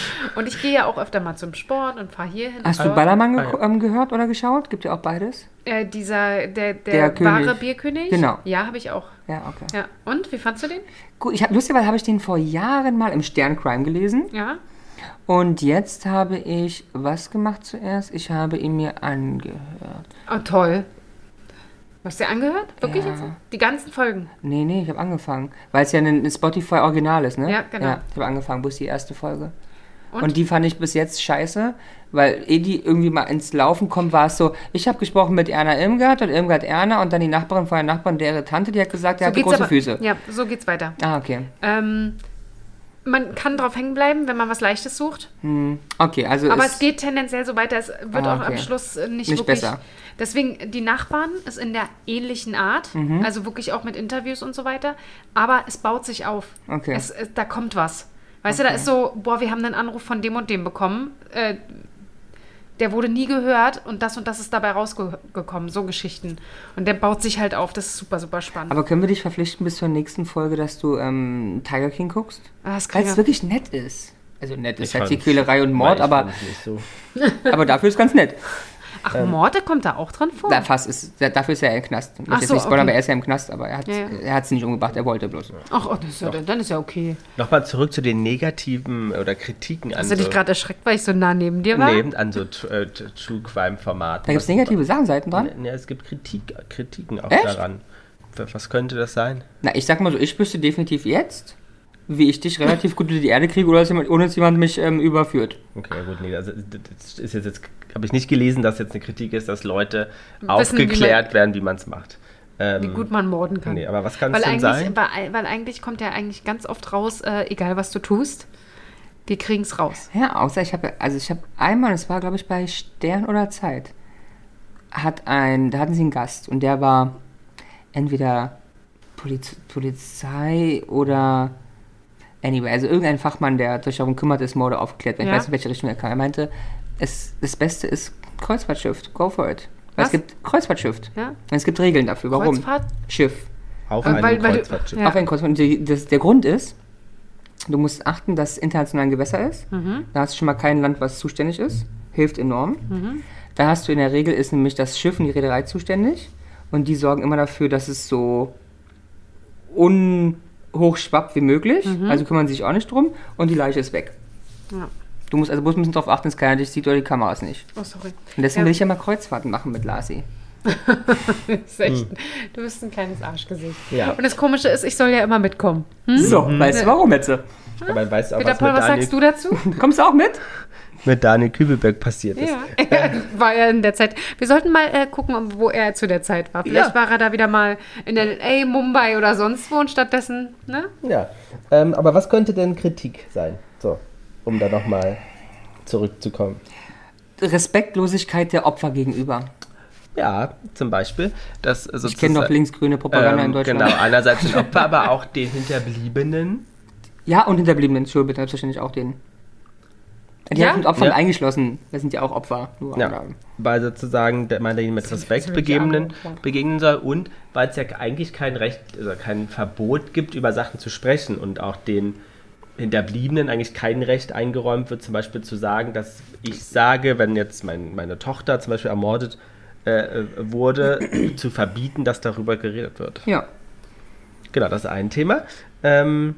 und ich gehe ja auch öfter mal zum Sport und fahre hier hin. Hast du aber- Ballermann ge Ah, ähm, gehört oder geschaut? Gibt ja auch beides. Äh, dieser, der, der, Der König. wahre Bierkönig? Genau. Ja, habe ich auch. Ja, okay. Ja. Und, wie fandst du den? Gut, ich habe lustigerweise habe ich den vor Jahren mal im Stern Crime gelesen Ja. und jetzt habe ich was gemacht zuerst? Ich habe ihn mir angehört. Oh, toll. Hast du dir angehört? Wirklich Ja. jetzt? Die ganzen Folgen. Nee, nee, ich habe angefangen, weil es ja ein ein Spotify Original ist, ne? Ja, genau. ich habe angefangen, bloß die erste Folge. Und? Und? die fand ich bis jetzt scheiße, weil eh die irgendwie mal ins Laufen kommt, war es so, ich habe gesprochen mit Erna Irmgard und Irmgard Erna und dann die Nachbarin von der Nachbarin, deren Tante, die hat gesagt, der hatte Ah, geht's große aber- Füße. Ja, so geht's weiter. Ah, okay. Ähm, man kann drauf hängen bleiben, wenn man was Leichtes sucht. Hm. Okay, also Aber ist, es geht tendenziell so weiter. Es wird Ah, auch okay. am Schluss äh, nicht, Nicht wirklich. besser. Deswegen, die Nachbarn ist in der ähnlichen Art, Mhm. also wirklich auch mit Interviews und so weiter. Aber es baut sich auf. Okay. Es, äh, da kommt was. Weißt du, da ist so, boah, wir haben einen Anruf von dem und dem bekommen. Äh, der wurde nie gehört und das und das ist dabei rausgekommen. So Geschichten. Und der baut sich halt auf. Das ist super, super spannend. Aber können wir dich verpflichten bis zur nächsten Folge, dass du ähm, Tiger King guckst? Ah, das kann Weil es ja- wirklich nett ist. Also nett ist Ich halt viel fand's- Quälerei und Mord, Nein, ich aber, find's Nicht so. aber dafür ist ganz nett. Ach, Morde kommt da auch dran vor? ähm, Da fast ist, da, dafür ist er ja im Knast. Ich Ach will jetzt so, nicht spoilern, okay. aber er ist ja im Knast, aber er hat Ja, ja. er hat's nicht umgebracht, er wollte bloß. Ach, oh, das ist ja, dann ist ja okay. Nochmal zurück zu den negativen oder Kritiken an Hast du dich so, gerade erschreckt, weil ich so nah neben dir war? neben, an so Tr- äh, Tr- True Crime Formaten. Da gibt es negative Sachen Seiten dran. Ja, es gibt Kritik, Kritiken auch Echt? daran. W- Was könnte das sein? Na, ich sag mal so, ich wüsste definitiv jetzt, wie ich dich relativ gut unter die Erde kriege, oder dass jemand, ohne dass jemand mich ähm, überführt. Okay, ja gut, nee, also das ist jetzt, jetzt habe ich nicht gelesen, dass jetzt eine Kritik ist, dass Leute wie man- aufgeklärt werden, wie man es macht. Ähm, Wie gut man morden kann. Nee, aber was kann's weil denn eigentlich, sein? Weil, weil eigentlich kommt ja eigentlich ganz oft raus, äh, egal was du tust, wir kriegen es raus. Ja, außer ich habe, also ich habe einmal, das war glaube ich bei Stern oder Zeit, hat ein, da hatten sie einen Gast und der war entweder Poliz Polizei oder anyway, also irgendein Fachmann, der sich darum kümmert, ist Morde aufgeklärt. Ich Ja. weiß nicht, in welche Richtung er kam. Er meinte, es, das Beste ist Kreuzfahrtschiff, go for it. Weil Was? es gibt Kreuzfahrtschiff. Ja? Und es gibt Regeln dafür. Warum? ne? Kreuzfahrt? Schiff. Auf Äh, einem weil- weil du- Kreuzfahrtschiff. Ja. Auf ein Kreuzfahrt. Und die, das, der Grund ist, du musst achten, dass es international ein Gewässer ist. Mhm. Da hast du schon mal kein Land, was zuständig ist. Hilft enorm. Mhm. Da hast du in der Regel ist nämlich das Schiff und die Reederei zuständig. Und die sorgen immer dafür, dass es so unhochschwappt wie möglich. Also kümmern sie sich auch nicht drum. Und die Leiche ist weg. Mhm. Ja. Du musst also bloß ein bisschen darauf achten, dass keiner dich sieht oder die Kameras nicht. Oh, sorry. Und deswegen Ja. will ich ja mal Kreuzfahrten machen mit Lasi. Das ist echt, Du bist ein kleines Arschgesicht. Ja. Und das Komische ist, ich soll ja immer mitkommen. Hm? So, weißt du warum jetzt? Aber weißt du auch, Peter was Paul, mit was Daniel, sagst du dazu? Kommst du auch mit? mit Daniel Kübelberg passiert ist? ja. war er in der Zeit. Wir sollten mal äh, gucken, wo er zu der Zeit war. Vielleicht Ja. war er da wieder mal in LA, Mumbai oder sonst wo und stattdessen, ne? Ja, ähm, aber was könnte denn Kritik sein? So, um da nochmal zurückzukommen. Respektlosigkeit der Opfer gegenüber. Ja, zum Beispiel, dass sozusagen... Ich kenne doch linksgrüne Propaganda in Deutschland. Genau, einerseits den Opfer, aber auch den Hinterbliebenen. Ja, und Hinterbliebenen, Schuld bitte selbstverständlich auch denen. Die Ja? ja? mit Opfern Ja. eingeschlossen. Das sind ja auch Opfer. Nur Ja, andere. weil sozusagen der- man denen mit Respekt sind begegnen, die anderen, ja. begegnen soll und weil es ja eigentlich kein Recht, also kein Verbot gibt, über Sachen zu sprechen und auch den Hinterbliebenen eigentlich kein Recht eingeräumt wird, zum Beispiel zu sagen, dass ich sage, wenn jetzt mein, meine Tochter zum Beispiel ermordet äh, äh, wurde, zu verbieten, dass darüber geredet wird. ja. Genau, das ist ein Thema. Ähm,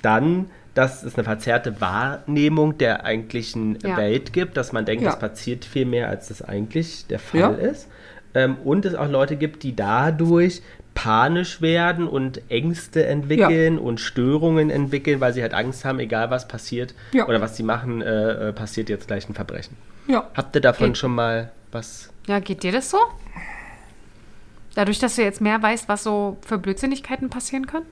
dann, dass es eine verzerrte Wahrnehmung der eigentlichen Ja. Welt gibt, dass man denkt, Ja. das passiert viel mehr, als das eigentlich der Fall Ja. ist. Ähm, und es auch Leute gibt, die dadurch panisch werden und Ängste entwickeln und Störungen entwickeln, weil sie halt Angst haben, egal was passiert Ja. oder was sie machen, äh, äh, passiert jetzt gleich ein Verbrechen. Ja. Habt ihr davon Geht. schon mal was? Ja, geht dir das so? Dadurch, dass du jetzt mehr weißt, was so für Blödsinnigkeiten passieren können?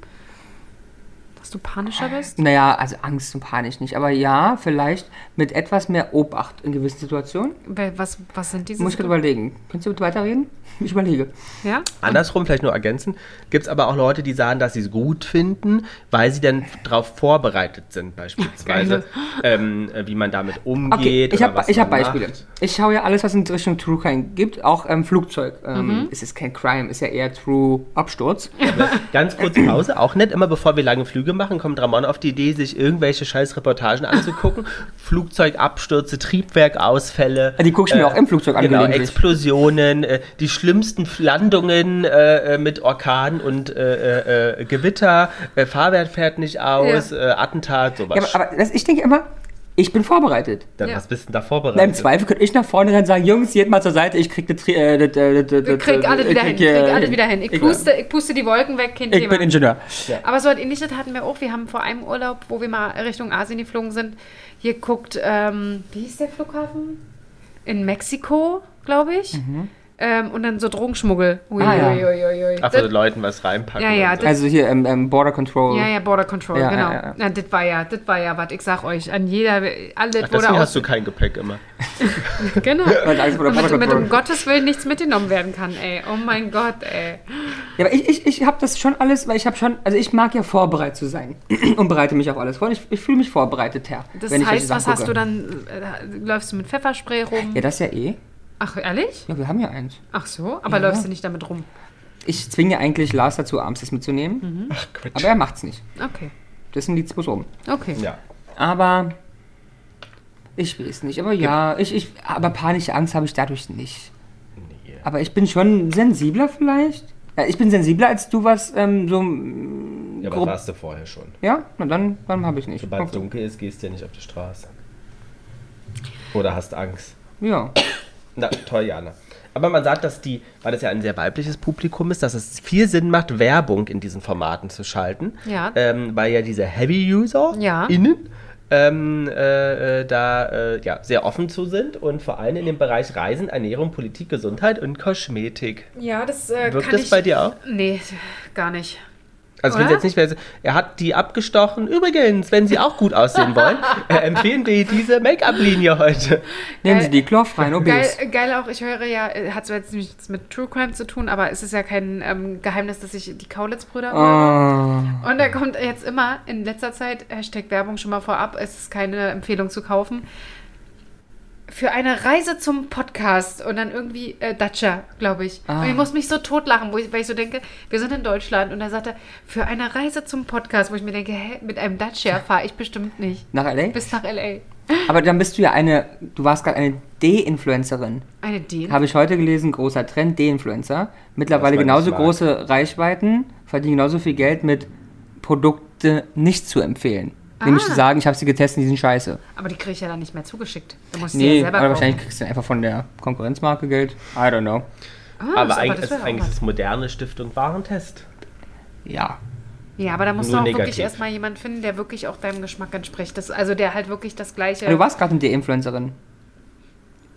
Dass du panischer bist? Naja, also Angst und Panik nicht. Aber ja, vielleicht mit etwas mehr Obacht in gewissen Situationen. Weil Was, was sind diese? Muss ich gerade überlegen. Kannst du bitte weiterreden? Ich überlege. Ja? Andersrum, vielleicht nur ergänzen, gibt es aber auch Leute, die sagen, dass sie es gut finden, weil sie dann darauf vorbereitet sind, beispielsweise, ähm, äh, wie man damit Okay, umgeht. ich oder habe was hab man Beispiele. macht. Ich schaue ja alles, was in Richtung True Crime gibt. Auch ähm, Flugzeug. Ähm, Es ist kein Crime, ist ja eher True Absturz. Ne, Ganz kurz Pause, auch nicht immer, bevor wir lange Flüge machen, kommt Ramon auf die Idee, sich irgendwelche scheiß Reportagen anzugucken. Flugzeugabstürze, Triebwerkausfälle. Die guck ich mir auch im Flugzeug an, Genau, gelegentlich. Explosionen, äh, die schlimmsten Landungen äh, äh, mit Orkan und äh, äh, äh, Gewitter, äh, Fahrwerk fährt nicht aus, äh, Attentat, sowas. Ja, aber, aber das, ich denke immer, ich bin vorbereitet. Dann Ja. was bist du denn da Na, Im vorbereitet? Zweifel könnte ich nach vorne rennen und sagen, Jungs, geht mal zur Seite, ich krieg, de, Tri- äh, de, de, de, de, Ich krieg alles ich wieder hin. krieg, Ich krieg äh, alles wieder hin. Ich Ich- puste, ich puste die Wolken weg, kein Ich bin Thema. Ingenieur. Aber so ein ähnliches hatten wir auch. Wir haben vor einem Urlaub, wo wir mal Richtung Asien geflogen sind, hier guckt, ähm, wie hieß der Flughafen? In Mexiko, glaube ich. ähm, und dann so Drogenschmuggel. Ui, Mhm. Ah, ja. ui, ui, ui, ui. Einfach Das- Leuten was reinpacken. Ja, ja, und so. das- Also hier ähm, ähm, Border Control. ja, ja, Border Control, Ja, genau. ja, ja. Na, das war ja, das war ja was, ich sag euch, an jeder, alle Ach, wurde deswegen hast aus, du kein Gepäck immer. genau. Weil alles wurde Damit, Border damit um Control. Gottes Willen nichts mitgenommen werden kann, ey. Oh mein Gott, ey. Ja, aber ich, ich, ich habe das schon alles, weil ich habe schon, also ich mag ja vorbereitet zu sein und bereite mich auf alles vor. Und Ich, ich fühle mich vorbereitet, Herr. Das wenn ich solche heißt, Sachen was hast du gucke. dann? Äh, läufst du mit Pfefferspray rum? Ja, das ja eh. Ach, ehrlich? Ja, wir haben ja eins. Ach so, aber Ja. läufst du nicht damit rum? Ich zwinge eigentlich Lars dazu, abends das mitzunehmen, Mhm. Ach, Quatsch. aber er macht's nicht. Okay, Dessen liegt's bloß oben. okay. ja. Aber ich weiß nicht. Aber ja, ich, ich, aber panische Angst habe ich dadurch nicht. Aber ich bin schon sensibler vielleicht. Ja, ich bin sensibler als du was, ähm, so, ja, aber Grob- warst du vorher schon. ja, na dann, dann habe ich nicht. Sobald Okay. dunkel ist, gehst du ja nicht auf die Straße. Oder hast Angst. Ja. Na, toll, Jana. Aber man sagt, dass die, weil das ja ein sehr weibliches Publikum ist, dass es viel Sinn macht, Werbung in diesen Formaten zu schalten. Ja. Ähm, weil ja diese Heavy-User Ja. innen ähm, äh, äh, da äh, ja, sehr offen zu sind und vor allem in dem Bereich Reisen, Ernährung, Politik, Gesundheit und Kosmetik. Ja, das äh, Wirkt das bei dir auch? Nee, gar nicht. Also ich will Oder? jetzt nicht, wer er hat die abgestochen. Übrigens, wenn sie auch gut aussehen wollen, äh, empfehlen wir diese Make-up-Linie heute. Nehmen Sie die Kloff rein, Geil, obes. geil auch, ich höre ja, äh, hat zwar jetzt nichts mit True Crime zu tun, aber es ist ja kein ähm, Geheimnis, dass ich die Kaulitz-Brüder Ah. Und da kommt jetzt immer in letzter Zeit Hashtag Werbung schon mal vorab. Es ist keine Empfehlung zu kaufen. Für eine Reise zum Podcast und dann irgendwie äh, Dacia, glaube ich. Ah. Und ich muss mich so totlachen, wo ich, weil ich so denke, wir sind in Deutschland. Und da sagt er, für eine Reise zum Podcast, wo ich mir denke, hä, mit einem Dacia fahre ich bestimmt nicht. Nach L.A.? Bis nach L.A. Aber dann bist du ja eine, du warst gerade eine D-Influencerin. Eine D. Habe ich heute gelesen, großer Trend, D-Influencer. Mittlerweile Was man genauso nicht mag. große Reichweiten, verdienen genauso viel Geld mit Produkte nicht zu empfehlen. Nämlich Ah. zu sagen, ich habe sie getestet, die sind scheiße. Aber die kriege ich ja dann nicht mehr zugeschickt. Du musst sie Nee, ja selber aber kaufen. wahrscheinlich kriegst du einfach von der Konkurrenzmarke Geld. I don't know. Ah, aber das- eigentlich, das ist, wäre auch eigentlich was. ist moderne Stiftung Warentest. Ja. Ja, aber da musst du Nur auch wirklich negativ. erstmal jemanden finden, der wirklich auch deinem Geschmack entspricht. Das, also der halt wirklich das gleiche. Aber du warst gerade eine D-Influencerin.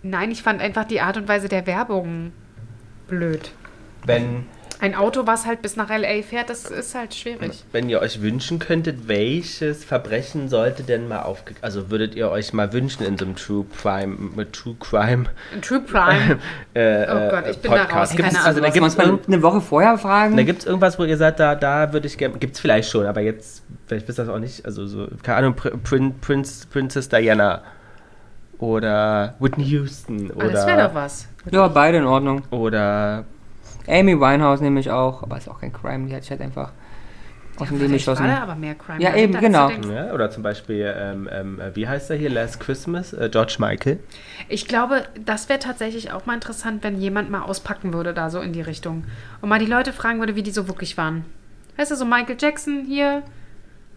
Nein, ich fand einfach die Art und Weise der Werbung blöd. Wenn, Ein Auto, was halt bis nach LA fährt, das ist halt schwierig. wenn ihr euch wünschen könntet, welches Verbrechen sollte denn mal aufge... Also würdet ihr euch mal wünschen in so einem True Crime, mit True Crime Ein True Prime. äh, Oh Gott, äh, ich bin da raus. Gibt's- Keine also, da Was, gibt muss es man eine Woche vorher fragen? da gibt's irgendwas, wo ihr sagt, da, da würde ich gerne. Gibt's vielleicht schon, aber jetzt, vielleicht wisst ihr das auch nicht. Also so, keine Ahnung, Pr Prin Prinz, Princess Diana oder Whitney Houston Aber Ah, das wäre doch oder, was. ja, beide in Ordnung. oder Amy Winehouse nehme ich auch, aber ist auch kein Crime, die hat sich halt einfach aus dem Leben Vielleicht war geschossen. da aber mehr Crime. Ja, dahinter, eben, als du genau. denkst. Ja, ne? oder zum Beispiel, ähm, ähm, äh, wie heißt er hier? Last Christmas? Äh, George Michael. Ich glaube, das wäre tatsächlich auch mal interessant, wenn jemand mal auspacken würde, da so in die Richtung. Und mal die Leute fragen würde, wie die so wirklich waren. Weißt du, so Michael Jackson hier,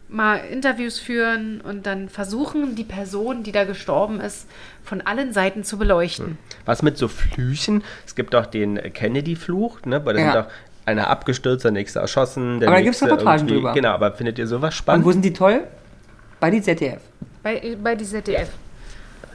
mal Interviews führen und dann versuchen, die Person, die da gestorben ist, von allen Seiten zu beleuchten. Was mit so Flüchen? Es gibt auch den äh, Kennedy-Fluch, ne? Weil da Ja. sind auch einer abgestürzt, der nächste erschossen. Der Aber da gibt's nächste Reportagen irgendwie- drüber. Genau, aber findet ihr sowas Und wo spannend? sind die toll? Bei die ZDF. Bei, bei die ZDF.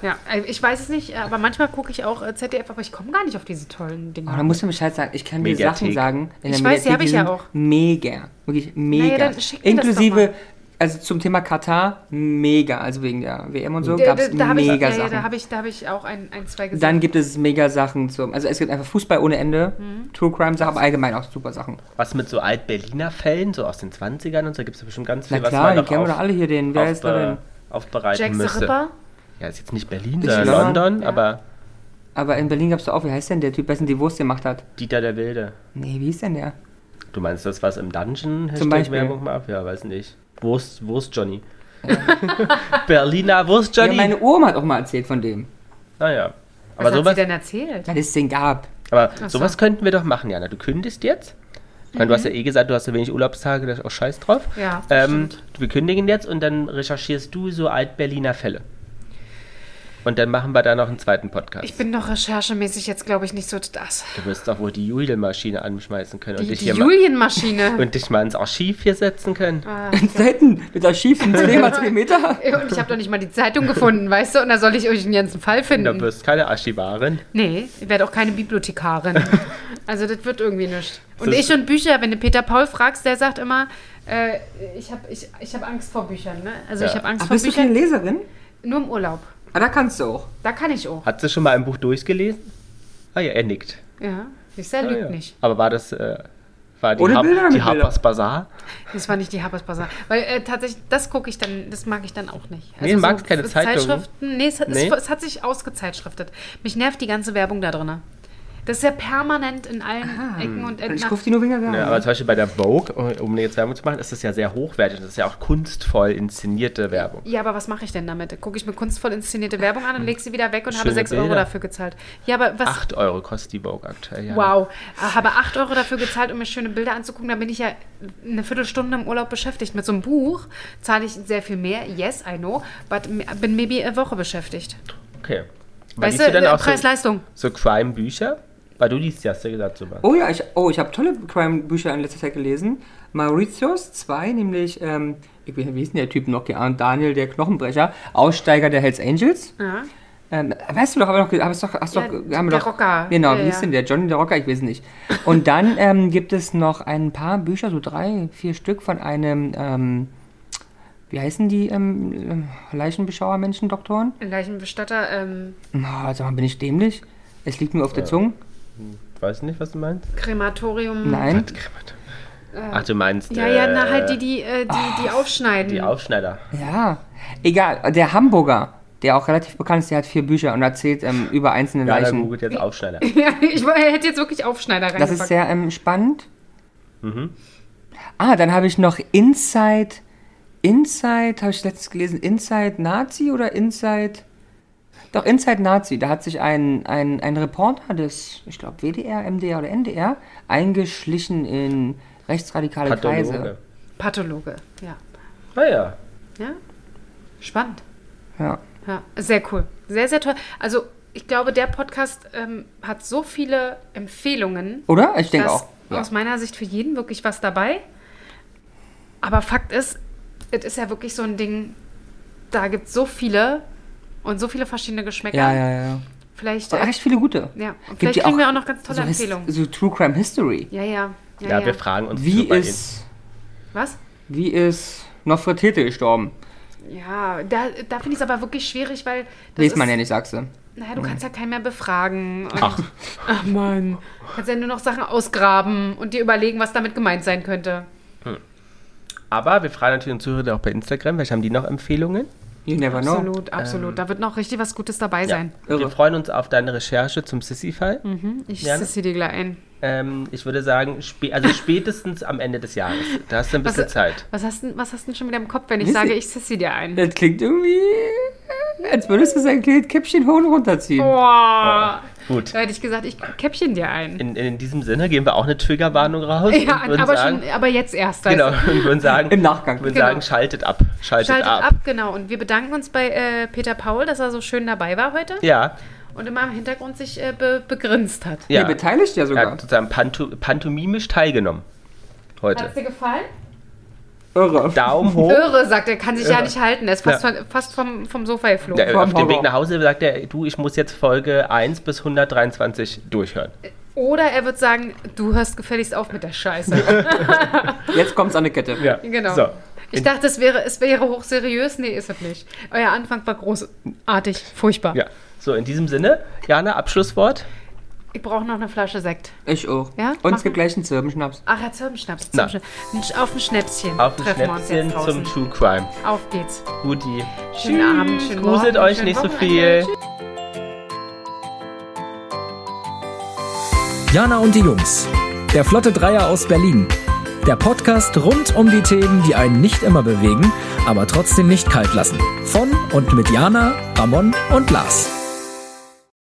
Ja, äh, ich weiß es nicht, aber manchmal gucke ich auch äh, ZDF, aber ich komme gar nicht auf diese tollen Dinge. Oh, da musst du mir Bescheid sagen. Ich kann dir Mediathek. Sachen sagen. in der Ich weiß, die Mediathek, hab ich ja sind auch. Mega. Wirklich mega. Naja, dann schick mir das Inklusive, doch mal. also zum Thema Katar, mega. Also wegen der WM und so da gab da, es da habe ich, mega ja, ja, Sachen. da hab ich, da hab ich auch ein, ein zwei gesehen. dann gibt es mega Sachen zum. Also es gibt einfach Fußball ohne Ende, Mhm. True Crime Sachen, aber allgemein auch super Sachen. Was mit so Alt-Berliner Fällen, so aus den 20ern und so, gibt es bestimmt ganz Na viel, was klar, man die noch kennen wir doch auf, alle hier den. Wer ist da aufbe denn? aufbereiten Jack the müsste. Ripper. Ja, ist jetzt nicht Berlin, Ist sondern London, London, ja. aber Aber in Berlin gab es doch auch, wie heißt denn der Typ, dessen die Wurst gemacht hat? Dieter der Wilde. Nee, wie hieß denn der? Du meinst das, was im Dungeon Zum Hashtag Beispiel. Werbung mal ab? Ja, weiß nicht. Wurst, Wurst Johnny. Berliner Wurst Johnny. Ja, meine Oma hat auch mal erzählt von dem. Naja. Was Ah, Aber hat sowas, sie denn erzählt? Weil es den gab. aber so. Mhm. sowas könnten wir doch machen, Jana. Du kündigst jetzt. Ich meine, du hast ja eh gesagt, du hast so wenig Urlaubstage, da ist auch scheiß drauf. Ja, ähm, wir kündigen jetzt und dann recherchierst du so Alt-Berliner Fälle. Und dann machen wir da noch einen zweiten Podcast. Ich bin noch recherchemäßig jetzt, glaube ich, nicht so das. Du wirst doch wohl die Julienmaschine anschmeißen können Die, und, dich die hier mal, Julienmaschine. und dich mal ins Archiv hier setzen Ah, können. Da hinten, mit der schiefen 2x2 Meter. Und ich habe doch nicht mal die Zeitung gefunden, weißt du? Und da soll ich euch den ganzen Fall Du finden. wirst keine Archivarin. Nee, ich werde auch keine Bibliothekarin. Also das wird irgendwie nichts. Und Das- ich und Bücher, wenn du Peter Paul fragst, der sagt immer, äh, ich habe ich, ich hab Angst vor Büchern. Ne? Also ich Ja. habe Angst Ach, vor bist du keine Büchern. Leserin? Nur im Urlaub. Ah, da kannst du auch. Da kann ich auch. Hat sie schon mal ein Buch durchgelesen? Ah ja, er nickt. Ja, ich sehr Ah, lügt ja. nicht. Aber war das äh, war die, Ohne Bilder oder die mit Bildern? Harper's Bazaar? Das war nicht die Harper's Bazaar. Weil äh, tatsächlich, das gucke ich dann, das mag ich dann auch nicht. Nee, du magst keine F- Zeitungen? Zeitschriften. Nee, es, hat- Nee? Es, es hat sich ausgezeitschriftet. Mich nervt die ganze Werbung da drin. Das ist ja permanent in allen Ecken und Enden. Ah, Ich rufe die nur wegen der Werbung. Ja, aber zum Beispiel bei der Vogue, um jetzt Werbung zu machen, ist das ja sehr hochwertig. Das ist ja auch kunstvoll inszenierte Werbung. Hm. Ja, aber was mache ich denn damit? Gucke ich mir kunstvoll inszenionierte Werbung an und lege sie wieder weg und habe Schöne 6 Euro Bilder. dafür gezahlt. Ja, aber was. 8 Euro kostet die Vogue aktuell. Ja. Wow, Äh, habe 8 Euro dafür gezahlt, um mir schöne Bilder anzugucken. Da bin ich ja eine Viertelstunde im Urlaub beschäftigt. Mit so einem Buch zahle ich sehr viel mehr. Yes, I know. But m- bin maybe eine Woche beschäftigt. Okay. Weil Weißt liest du, du denn äh, auch so, Preis-Leistung. so Crime-Bücher? Weil du liest ja, hast du gesagt, sowas. Oh ja, ich, oh, ich habe tolle Crime-Bücher in letzter Zeit gelesen. Mauritius 2, nämlich, ähm, ich weiß nicht, wie hieß denn der Typ noch? Ja, Daniel, der Knochenbrecher, Aussteiger der Hells Angels. Ja. Ähm, weißt du doch, aber noch, hast doch, hast Ja, doch, haben der wir doch, Rocker. Genau, Ja, wie ja. hieß denn der? Johnny der Rocker, ich weiß nicht. Und dann ähm, gibt es noch ein paar Bücher, so drei, vier Stück von einem, ähm, wie heißen die ähm, Leichenbeschauer Menschen, Doktoren? Den gleichen Bestatter, ähm, Oh, sag mal, bin ich dämlich? Es liegt mir auf der Zunge. Ich weiß nicht, was du meinst. Krematorium. Nein. Ach, du meinst Äh, Ja, ja, äh, na halt die, die, äh, die, die aufschneiden. die Aufschneider. Ja, egal. Der Hamburger, der auch relativ bekannt ist, der hat vier Bücher und erzählt ähm, über einzelne Ja, da Leichen. googelt jetzt Aufschneider. ja, ich war- hätte jetzt wirklich Aufschneider Das reingepackt. ist sehr ähm, spannend. Ah, dann habe ich noch Inside. Inside, habe ich letztens gelesen, Inside Nazi oder Inside. Doch, Inside Nazi, da hat sich ein, ein, ein Reporter des, ich glaube, WDR, MDR oder NDR eingeschlichen in rechtsradikale Kreise. Pathologe. Ah Pathologe, ja. Naja. ja. Spannend. Ja. Ja, sehr cool. Sehr, sehr toll. Also, ich glaube, der Podcast ähm, hat so viele Empfehlungen. Oder? Ich denke dass auch. Ja. aus meiner Sicht für jeden wirklich was dabei. Aber Fakt ist, es ist ja wirklich so ein Ding, da gibt es so viele und so viele verschiedene Geschmäcker. ja, ja, ja. Vielleicht, Aber äh, Echt viele gute. ja. Und Gibt vielleicht die kriegen wir auch noch ganz tolle so His- Empfehlungen. So True Crime History. Ja, ja. Ja, Ja, ja. wir fragen uns Wie Also bei ist, Was? wie ist Nofretete gestorben? Ja, da, da finde ich es aber wirklich schwierig, weil. Das Weiß man ist- ja nicht, sagst du. Naja, du kannst ja keinen mehr befragen. Und, Mhm. Ach. Ach Mann. Du kannst ja nur noch Sachen ausgraben und dir überlegen, was damit gemeint sein könnte. denen. Aber wir fragen natürlich unsere Zuhörer auch bei Instagram, vielleicht haben die noch Empfehlungen. You never know. Absolut, absolut. da wird noch richtig was Gutes dabei sein. ähm, Hm. Ja. Wir Irre. freuen uns auf deine Recherche zum Sissy-Fall. Ich Gerne. sisse dir gleich ein. Ähm, ich würde sagen, spä also spätestens am Ende des Jahres. Da hast du ein Was, bisschen Zeit. was hast du was hast denn schon wieder im Kopf, wenn ich Wisst sage, ihr- ich sisse dir ein? Das klingt irgendwie, äh, als würdest du sein kleines Käppchen Hohn runterziehen. Oh. Boah. Gut. Da hätte ich gesagt, ich käppchen dir ein. In, in diesem Sinne geben wir auch eine Triggerwarnung raus. Ja, und würden aber, sagen, schon, aber jetzt erst. Genau, Also. und würden sagen, Im Nachgang. Würden Genau. sagen, schaltet ab. Schaltet, Schaltet ab. ab. genau. Und wir bedanken uns bei äh, Peter Paul, dass er so schön dabei war heute Ja, und immer im Hintergrund sich äh, be begrinst hat. Ja. ja. Ihr beteiligt ja er sogar. hat sozusagen panto pantomimisch teilgenommen. Heute. Hat's dir gefallen? Irre. Daumen hoch. Also, Irre, sagt er, kann sich ja nicht halten. Er ist fast, Oh. Ja. von, fast vom, vom Sofa geflogen. Ja, auf Horror. dem Weg nach Hause sagt er, du, ich muss jetzt Folge 1 bis 123 durchhören. Oder er wird sagen, du hörst gefälligst auf mit der Scheiße. Jetzt kommt's an die Kette. Ja, Genau. So. Ich dachte, es wäre, es wäre hochseriös. Nee, ist es nicht. Euer Anfang war großartig, furchtbar. Ja. So, in diesem Sinne, Jana, Abschlusswort. Ich brauche noch eine Flasche Sekt. Ich auch. Ja, Und machen. es gibt gleich einen Zirbenschnaps. Ach, ja, Zirbenschnaps. Na. Zirbenschnaps. Ein- Auf ein Schnäpschen Auf ein treffen Schnäppchen wir uns jetzt draußen. zum True Crime. Auf geht's. Guti. Schönen Abend, schönen Gruselt Morgen, euch schönen nicht so Wochenende. viel. Tschüss. Jana und die Jungs. Der Flotte Dreier aus Berlin. Der Podcast rund um die Themen, die einen nicht immer bewegen, aber trotzdem nicht kalt lassen. Von und mit Jana, Ramon und Lars.